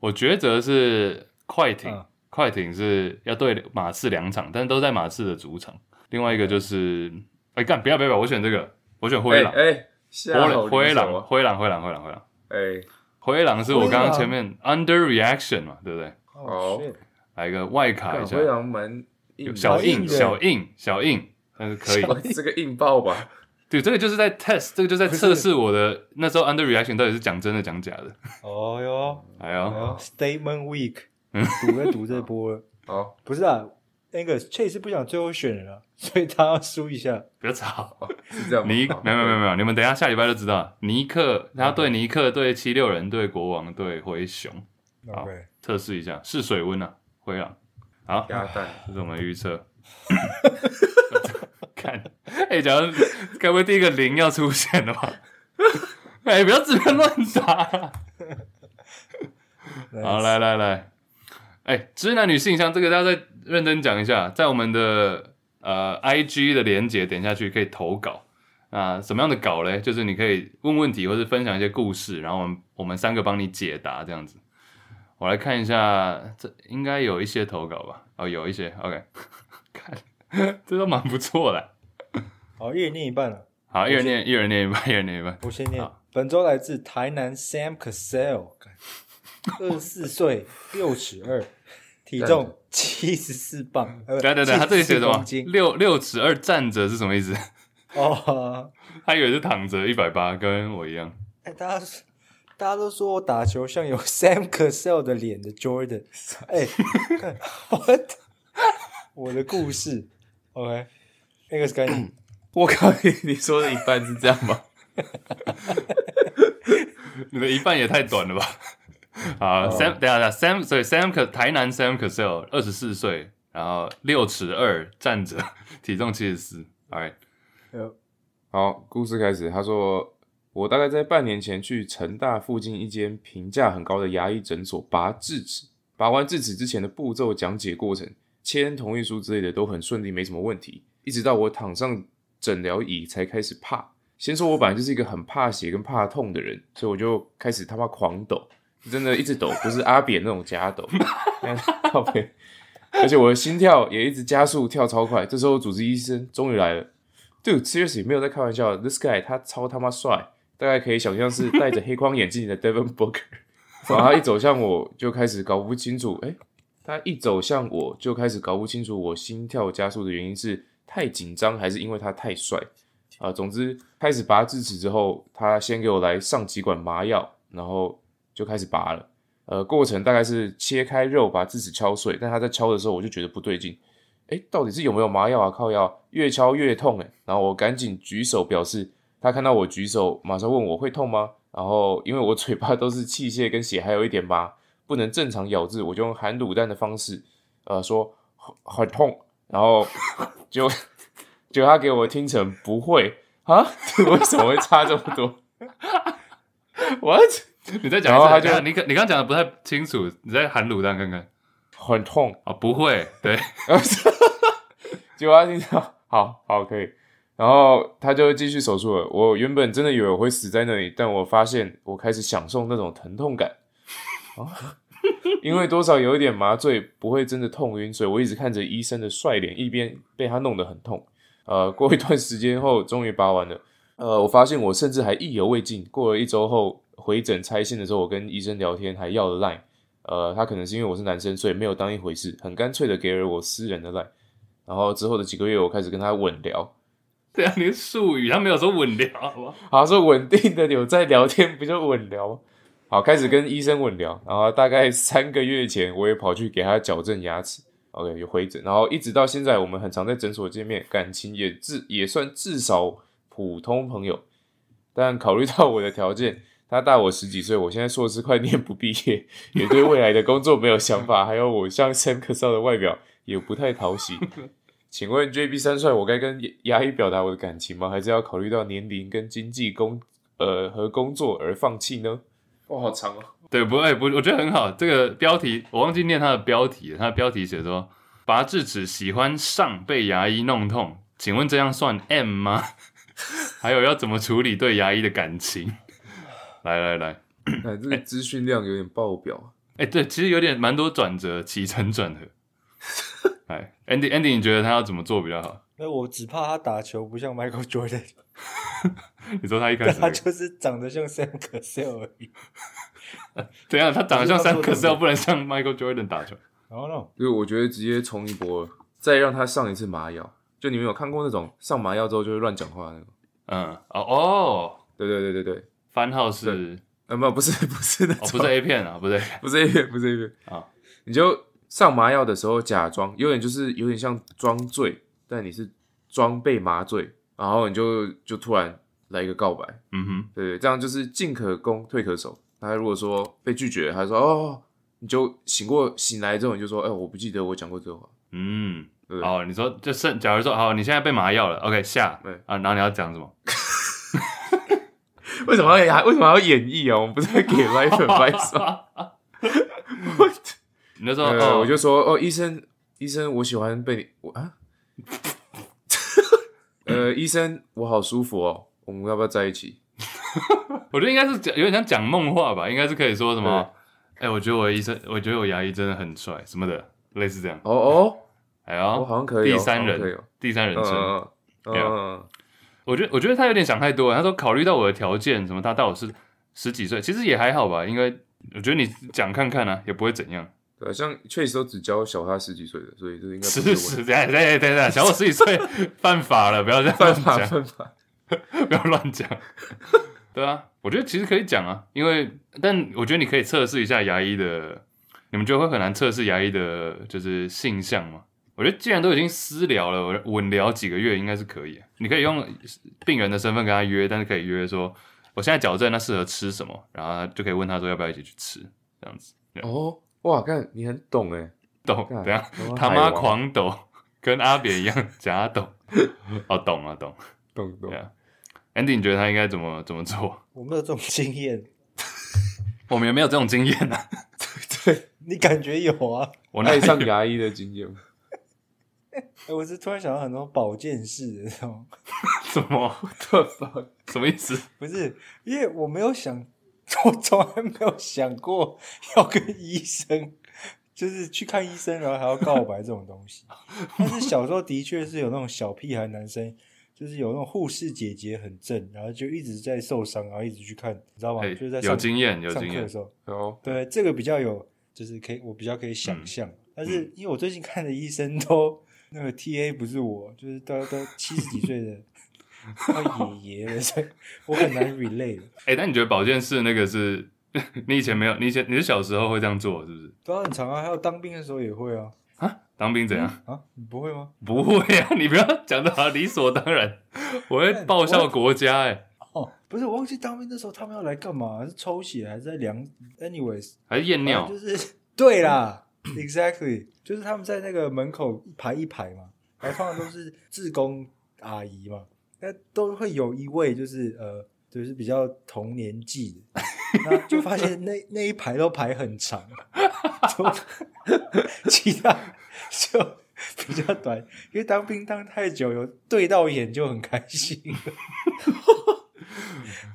Speaker 2: 我抉择是快艇，
Speaker 3: 嗯
Speaker 2: 快艇是要对马刺两场，但是都在马刺的主场。另外一个就是，哎、干，不要不要不要，我选这个，我选
Speaker 4: 哎
Speaker 2: 灰狼，
Speaker 4: 嗯哎、下好
Speaker 2: 灰
Speaker 4: 离手
Speaker 2: 狼，
Speaker 4: 啊！
Speaker 2: 灰狼，灰狼，灰狼，灰狼，
Speaker 4: 哎、
Speaker 2: 灰狼是我刚刚
Speaker 3: 灰狼
Speaker 2: 前面 underreaction 嘛，对不对？
Speaker 4: 好
Speaker 3: 哦 shit
Speaker 2: 来一个外卡一
Speaker 4: 干
Speaker 2: 下
Speaker 4: 灰，狼蛮硬
Speaker 2: 有
Speaker 4: 的，
Speaker 2: 小
Speaker 3: 硬
Speaker 2: 硬，
Speaker 3: 的
Speaker 2: 小硬，小硬，但是可以。
Speaker 4: 哇这个硬爆吧？
Speaker 2: 对，这个就是在 test，这个就是在测试我的那时候 under reaction 到底是讲真的讲假的。
Speaker 3: 哦哟。
Speaker 2: 哎
Speaker 4: 嗯
Speaker 2: 呦，
Speaker 3: Statement Week，赌
Speaker 2: 嗯
Speaker 3: 在赌这波了。
Speaker 4: 好，
Speaker 3: 不是啊，那个 Chase 不想最后选人啊， [LAUGHS] 所以他要输一下。
Speaker 2: 别吵！
Speaker 4: 是这样
Speaker 2: [LAUGHS]
Speaker 4: 吗。
Speaker 2: 尼
Speaker 4: 好嗯
Speaker 2: 没有没有没有没有，你们等一下下礼拜就知道。尼克，他对尼克，对七六人，对国王，对灰熊，好
Speaker 3: OK，
Speaker 2: 测试一下试水温啊。灰狼。好，
Speaker 4: 鸭蛋，
Speaker 2: 这是我们预测。 [LAUGHS] 看，哎、假如该不会第一个零要出现了吧？ [LAUGHS] 哎、不要随便乱打。好，来来来，哎、直男女性向这个大家再认真讲一下，在我们的呃 IG 的连接点下去可以投稿。啊，什么样的稿嘞？就是你可以问问题，或是分享一些故事，然后我们我们三个帮你解答这样子。我来看一下，这应该有一些投稿吧？哦，有一些，OK，看，这都蛮不错的。
Speaker 3: 好，一人念一半了，
Speaker 2: 好，一人念，一人念一半，一人念一半。
Speaker 3: 我先念。本周来自台南 Sam Cassell，二十四岁，六尺二，体重七十四磅，呃
Speaker 2: 等等等，他这里写什
Speaker 3: 74
Speaker 2: 么
Speaker 3: 公？斤
Speaker 2: 六六尺二站着是什么意思？ [LAUGHS]
Speaker 3: 哦， [LAUGHS]
Speaker 2: 他以为是躺着一百八，跟我一样。
Speaker 3: 哎，大家大家都说我打球像有 [LAUGHS] Sam Cassell 的脸的
Speaker 2: [LAUGHS]
Speaker 3: Jordan，哎、看我的 [LAUGHS] 我的故事，OK，那个是跟
Speaker 2: [LAUGHS]
Speaker 3: 你
Speaker 4: 我靠，你说的一半是这样吗？
Speaker 2: 你的一半也太短了吧？ [LAUGHS]
Speaker 4: 哦
Speaker 2: 啊、s a m 等一下等一下，Sam，所以 Sam 可台南 Sam Cassell 二十四岁，然后六尺二，站着，体重七十四。All [LAUGHS] right，
Speaker 3: 呃
Speaker 4: 好，故事开始。他说，我大概在半年前去成大附近一间评价很高的牙医诊所拔智齿，拔完智齿之前的步骤讲解过程、签同意书之类的都很顺利，没什么问题。一直到我躺上诊疗椅才开始怕。先说我本来就是一个很怕血跟怕痛的人，所以我就开始他妈狂抖，真的一直抖，不是阿扁那种加抖， [LAUGHS] 靠背而且我的心跳也一直加速，跳超快。这时候主治医生终于来了。Dude, seriously，没有在开玩笑的。This guy 他超他妈帅，大概可以想象是戴着黑框眼镜的 Devin Booker。然后他一走向我，就开始搞不清楚，哎、他一走向我就开始搞不清楚我心跳加速的原因是太紧张，还是因为他太帅啊、总之，开始拔智齿之后，他先给我来上几管麻药，然后就开始拔了。呃，过程大概是切开肉把智齿敲碎，但他在敲的时候我就觉得不对劲，哎，到底是有没有麻药啊？靠药，越敲越痛哎、然后我赶紧举手表示，他看到我举手，马上问我会痛吗？然后因为我嘴巴都是器械跟血，还有一点麻，不能正常咬字，我就用含卤蛋的方式，呃，说很很痛，然后就就他给我听成不会啊， [LAUGHS] 为什么会差这么多 [LAUGHS] ？What？
Speaker 2: 你再讲一
Speaker 4: 然
Speaker 2: 次，
Speaker 4: 后他
Speaker 2: 等一下
Speaker 4: 就
Speaker 2: 你刚你刚讲的不太清楚，你再喊卤蛋看看。
Speaker 4: 很痛，
Speaker 2: 啊、不会，对，
Speaker 4: [LAUGHS] 结果他听到，好好可以，然后他就继续手术了。我原本真的以为我会死在那里，但我发现我开始享受那种疼痛感，啊，因为多少有一点麻醉，不会真的痛晕，所以我一直看着医生的帅脸，一边被他弄得很痛。呃，过一段时间后，终于拔完了。呃，我发现我甚至还意犹未尽。过了一周后回诊拆线的时候，我跟医生聊天，还要了 line。呃，他可能是因为我是男生，所以没有当一回事，很干脆的给了我私人的 line。然后之后的几个月，我开始跟他稳聊，
Speaker 2: [LAUGHS] 对啊，你是术语，他没有说稳聊，好不好？
Speaker 4: [LAUGHS] 好像是稳定的有在聊天，不就稳聊吗？好，开始跟医生稳聊，然后大概三个月前，我也跑去给他矫正牙齿，OK，有回诊，然后一直到现在，我们很常在诊所见面，感情也至也算至少普通朋友。但考虑到我的条件，他大我十几岁，我现在硕士快念不毕业，也对未来的工作没有想法，还有我像 Sam c a s s e l 的外表也不太讨喜。请问 JB 三帅，我该跟牙医表达我的感情吗？还是要考虑到年龄跟经济工呃和工作而放弃呢？哇，好 [CLEARS THROAT] 长哦！
Speaker 2: 对，不哎会，不，我觉得很好。这个标题我忘记念它的标题了，它的标题写说拔智齿喜欢上被牙医弄痛，请问这样算 M 吗？ [LAUGHS] 还有要怎么处理对牙医的感情？ [LAUGHS] 来来来，
Speaker 4: 哎，这个资讯量有点爆表。啊
Speaker 2: 哎、对，其实有点蛮多转折，起承转合。哎，Andy Andy，你觉得他要怎么做比较好？
Speaker 3: 那我只怕他打球不像 Michael Jordan，
Speaker 2: [LAUGHS] 你说他一开
Speaker 3: 但
Speaker 2: 始那
Speaker 3: 他
Speaker 2: 个
Speaker 3: 就是长得像 Sam Cassell 而已。
Speaker 2: 怎样？他长得像三
Speaker 3: 不
Speaker 2: 可
Speaker 3: 是
Speaker 2: 是
Speaker 3: 他
Speaker 2: 要
Speaker 3: 说
Speaker 2: 不能像 Michael Jordan 打球。
Speaker 3: No no，
Speaker 4: 就是我觉得直接冲一波，再让他上一次麻药。就你们有看过那种上麻药之后就会乱讲话那种？
Speaker 2: 嗯，哦哦，
Speaker 4: 对对对对对，
Speaker 2: 番号是
Speaker 4: 呃，不，不是不是那
Speaker 2: [LAUGHS]
Speaker 4: 种，
Speaker 2: 哦，
Speaker 4: [LAUGHS]
Speaker 2: 不是 A 片啊，不对，
Speaker 4: 不是 A 片，不是 A 片
Speaker 2: 啊！
Speaker 4: [LAUGHS] 你就上麻药的时候假装，有点就是有点像装醉，但你是装被麻醉，然后你就就突然来一个告白，
Speaker 2: 嗯哼，
Speaker 4: 对，这样就是进可攻退可守。他如果说被拒绝，他说哦你就醒过醒来之后，你就说，哎、我不记得我讲过这话，
Speaker 2: 嗯，
Speaker 4: 对不对？
Speaker 2: 哦，你说就剩，假如说好，你现在被麻药了，OK 下，
Speaker 4: 对
Speaker 2: 啊，然后你要讲什么？
Speaker 4: 为什么要为什么要演绎啊？我们不是
Speaker 2: [LAUGHS]
Speaker 4: 在给 life advice 吗？
Speaker 2: 你就说
Speaker 4: 呃，
Speaker 2: 哦，
Speaker 4: 我就说，哦，医生，医生，我喜欢被你，我啊， [LAUGHS] 呃，医生，我好舒服哦，我们要不要在一起？
Speaker 2: 我觉得应该是讲有点像讲梦话吧，应该是可以说什么？哎、我觉得我的医生，我觉得我牙医真的很帅什么的，类似这样。
Speaker 4: 哦哦，
Speaker 2: 哎呦，
Speaker 4: 我好像可以哦
Speaker 2: 第三
Speaker 4: 好像可以哦
Speaker 2: 人，第三人啊
Speaker 4: 嗯
Speaker 2: 称。
Speaker 4: 嗯嗯嗯
Speaker 2: Yeah
Speaker 4: 嗯，
Speaker 2: 我觉得，我觉得他有点想太多了。他说考虑到我的条件，什么他到我是十几岁，其实也还好吧，因为我觉得你讲看看啊，也不会怎样。
Speaker 4: 对，像确实都只教小他十几岁的，所以这应该不是
Speaker 2: 十
Speaker 4: 问
Speaker 2: 十，
Speaker 4: 题
Speaker 2: 等一下等一下等一下，小我十几岁 [LAUGHS] 犯法了，不要这样
Speaker 4: 犯法
Speaker 2: 讲
Speaker 4: 犯法。
Speaker 2: 不要乱讲。 [LAUGHS] 对啊，我觉得其实可以讲啊，因为但我觉得你可以测试一下牙医的，你们觉得会很难测试牙医的，就是性向吗？我觉得既然都已经私聊了，我稳聊几个月应该是可以啊。你可以用病人的身份跟他约，但是可以约说我现在矫正，那适合吃什么，然后他就可以问他说要不要一起去吃，这样子。
Speaker 4: 哦，哇，看你很懂哎，
Speaker 2: 抖，
Speaker 4: 干
Speaker 2: 等一下
Speaker 4: 我
Speaker 2: 他
Speaker 4: 海
Speaker 2: 妈
Speaker 4: 王
Speaker 2: 狂抖，跟阿扁一样假抖。哦，懂啊懂。
Speaker 4: 懂懂
Speaker 2: 对。啊，Andy，你觉得他应该怎么怎么做？
Speaker 3: 我没有这种经验，
Speaker 2: 我们也没有这种经验啊。
Speaker 3: 你感觉有啊？
Speaker 2: 我哪
Speaker 4: 爱
Speaker 2: 有
Speaker 4: 上牙医的经验吗，
Speaker 3: 哎、我是突然想到很多保健室的那种，哎
Speaker 2: 什么
Speaker 3: [LAUGHS]
Speaker 2: 特色？什么意思？
Speaker 3: 不是因为我没有想，我从来没有想过要跟医生，就是去看医生，然后还要告白这种东西。但是小时候的确是有那种小屁孩男生，就是有那种护士姐姐很正，然后就一直在受伤，然后一直去看，你知道吗？
Speaker 2: 哎
Speaker 3: 就是在
Speaker 2: 有
Speaker 3: 上
Speaker 2: 经验，有
Speaker 3: 上
Speaker 2: 经
Speaker 3: 课的
Speaker 2: 验。
Speaker 3: 时候，
Speaker 4: 哦，
Speaker 3: 对，这个比较有，就是可以，我比较可以想象。但是因为我最近看的医生都 [LAUGHS] 那个 T A 不是我，就是都都七十几岁的，到爷爷了，所以我很难 relate。
Speaker 2: 哎、但你觉得保健室那个是 [LAUGHS] 你以前没有？你以前你是小时候会这样做是不是？
Speaker 3: 都很长啊，还有当兵的时候也会啊
Speaker 2: 啊，当兵怎样？
Speaker 3: 啊，你不会吗？
Speaker 2: 不会啊！你不要讲的好理所当然，我
Speaker 3: 哎
Speaker 2: 会报效国家哎、
Speaker 3: 哦，不是，我忘记当兵的时候他们要来干嘛？是抽血还是在量？Anyways，
Speaker 2: 还是验
Speaker 3: 反
Speaker 2: 尿
Speaker 3: 正？就是 [LAUGHS] 对啦，exactly，就是他们在那个门口一排一排嘛，然后通常都是志工阿姨嘛，那都会有一位就是呃，就是比较同年纪的，那就发现那那一排都排很长， [LAUGHS] 就其他就比较短，因为当兵当太久，有对到眼就很开心了，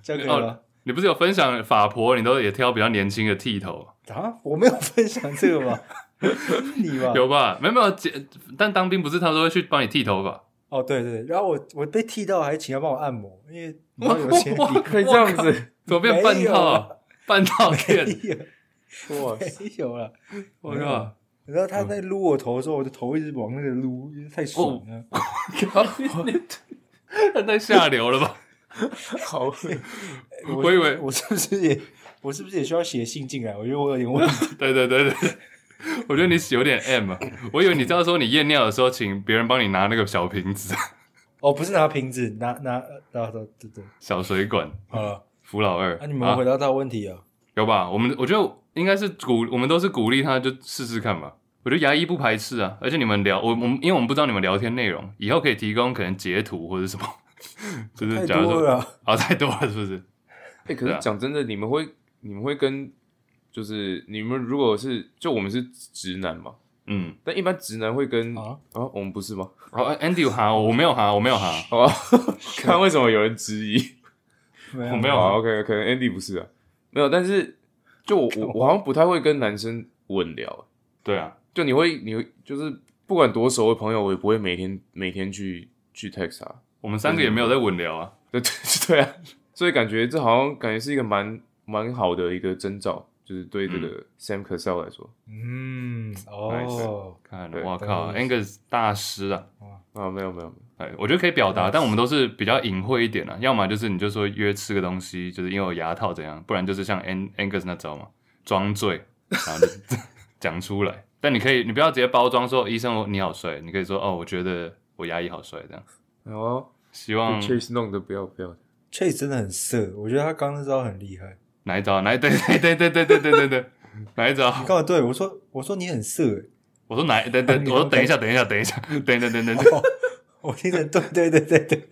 Speaker 3: 这样可以吗？
Speaker 2: 你不是有分享法婆，你都也挑比较年轻的剃头，
Speaker 3: 啊，我没有分享这个吧？是你吧？
Speaker 2: 有吧？没有没有，姐但当兵不是他都会去帮你剃头发？
Speaker 3: 哦，对对，然后我我被剃到，还请他帮我按摩，因为你
Speaker 2: [LAUGHS]
Speaker 3: 知道有些
Speaker 2: 哇
Speaker 3: 理
Speaker 4: 可以这样
Speaker 2: 我
Speaker 4: 子，
Speaker 2: 靠怎么变半套
Speaker 3: 没
Speaker 2: 啊？半套
Speaker 3: 没
Speaker 2: 店，
Speaker 3: 有
Speaker 4: 哇塞，
Speaker 3: 没有了，
Speaker 2: 我靠！
Speaker 3: 然后
Speaker 2: 嗯
Speaker 3: 他在撸我头的时候，我的头一直往那个撸，因为太爽了。
Speaker 2: 哦 [LAUGHS] 那太下流了吧？
Speaker 4: 好，
Speaker 3: 哎我
Speaker 2: 我以为
Speaker 3: 我是不是也我是不是也需要写信进来？我觉得我有点问题。
Speaker 2: 对对对对， [LAUGHS] 我觉得你有点 M，啊我以为你知道说你验尿的时候，请别人帮你拿那个小瓶子、 [LAUGHS]
Speaker 3: 哦，不是拿瓶子，拿拿拿拿对对，
Speaker 2: 小水管。
Speaker 3: 好了，
Speaker 2: 扶老二，
Speaker 3: 那你们回
Speaker 2: 啊、
Speaker 3: 答到问题啊？
Speaker 2: 有吧？我们我觉得应该是鼓，我们都是鼓励他，就试试看吧。我觉得牙医不排斥啊，而且你们聊，我我们因为我们不知道你们聊天内容，以后可以提供可能截图或者什么， [LAUGHS] 就是
Speaker 3: 太
Speaker 2: 假如
Speaker 3: 多
Speaker 2: 说
Speaker 3: 了
Speaker 2: 啊、
Speaker 3: 啊，
Speaker 2: 太多了是不是？
Speaker 4: 哎，可
Speaker 2: 对
Speaker 4: 是
Speaker 2: 啊
Speaker 4: 讲真的，你们会你们会跟就是你们如果是就我们是直男嘛，
Speaker 2: 嗯，
Speaker 4: 但一般直男会跟啊
Speaker 3: 啊，
Speaker 4: 我们不是吗？
Speaker 2: 好哎，Andy 有哈，我没有哈，我没有哈，
Speaker 4: 哦， [LAUGHS] 看为什么有人质疑。
Speaker 3: 没
Speaker 2: 我
Speaker 3: 有
Speaker 2: 没有啊
Speaker 4: 好
Speaker 2: 哈，
Speaker 4: ，OK，可能 Andy 不是啊，没有，但是
Speaker 2: [LAUGHS]
Speaker 4: 就我我我好像不太会跟男生稳聊，
Speaker 2: 对啊，
Speaker 4: 就你会你会就是不管多熟的朋友，我也不会每天每天去去 text 他。
Speaker 2: 我们三个也没有在稳聊啊，
Speaker 4: 对 [LAUGHS] 对对啊，所以感觉这好像感觉是一个蛮蛮好的一个征兆，就是对这个 Sam Cassell 来说
Speaker 3: 嗯哦，
Speaker 2: 看
Speaker 4: 对
Speaker 2: 我靠
Speaker 3: 但是
Speaker 2: ，Angus 大师啊，
Speaker 4: 啊，没有没有没
Speaker 2: 哎，我觉得可以表达，但我们都是比较隐晦一点啊。要么就是你就说约吃个东西，就是因为我牙套怎样，不然就是像 An Angus 那招嘛，装醉，然后就讲出来。但你可以，你不要直接包装说医生我你好帅，你可以说哦，我觉得我牙医好帅这样。
Speaker 4: 有，哦，
Speaker 2: 希
Speaker 4: 被
Speaker 2: 望
Speaker 4: Chase 弄的不要不要，
Speaker 3: 确实真的很色，我觉得他刚那招很厉害。
Speaker 2: 哪一招？哪一对对对对对对对对对，哪一招？
Speaker 3: 你干嘛对我说？我说你很色欸、
Speaker 2: 我说哪？等等，
Speaker 3: 你
Speaker 2: 我说
Speaker 3: 刚
Speaker 2: 等一下，等一下，等一下，等等等等等，
Speaker 3: 我听成对对对对
Speaker 2: [LAUGHS]
Speaker 3: 对，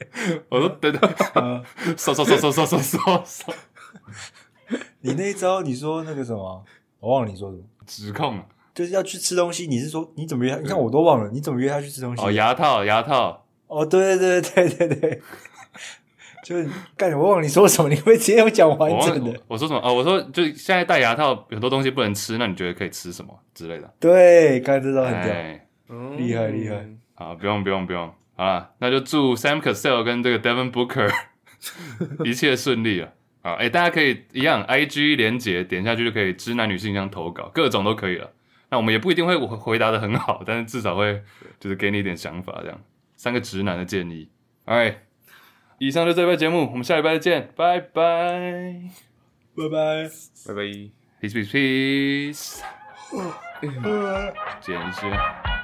Speaker 2: 我说等等，
Speaker 3: 啊，
Speaker 2: 收收收收收收收收，
Speaker 3: 你那一招你说那个什么，我忘了你说什么，
Speaker 2: 指控
Speaker 3: 就是要去吃东西，你是说你怎么约他？你看我都忘了，你怎么约他去吃东西？
Speaker 2: 哦，牙套牙套，
Speaker 3: 哦，对对对对对对， [LAUGHS] 就是干，我忘了你说什么，你会直接用讲完
Speaker 2: 我忘
Speaker 3: 整
Speaker 2: 了
Speaker 3: 的。
Speaker 2: 我说什么？哦，我说就现在戴牙套，很多东西不能吃，那你觉得可以吃什么之类的？
Speaker 3: 对，刚才这招很屌，
Speaker 2: 哎，
Speaker 4: 嗯
Speaker 3: 厉害厉害，
Speaker 2: 好，不用不用不用，好啦，那就祝 Sam Cassell 跟这个 Devin Booker [LAUGHS] 一切顺利啊！好，哎、大家可以一样，IG 连接点下去就可以，知男女信箱投稿，各种都可以了。那我们也不一定会回回答的很好，但是至少会就是给你一点想法，这样三个直男的建议。哎，以上就是这礼拜节目，我们下礼拜再见，拜拜
Speaker 3: 拜拜。
Speaker 4: 拜拜。
Speaker 2: ，peace peace peace，
Speaker 3: 拜拜
Speaker 2: 见一下。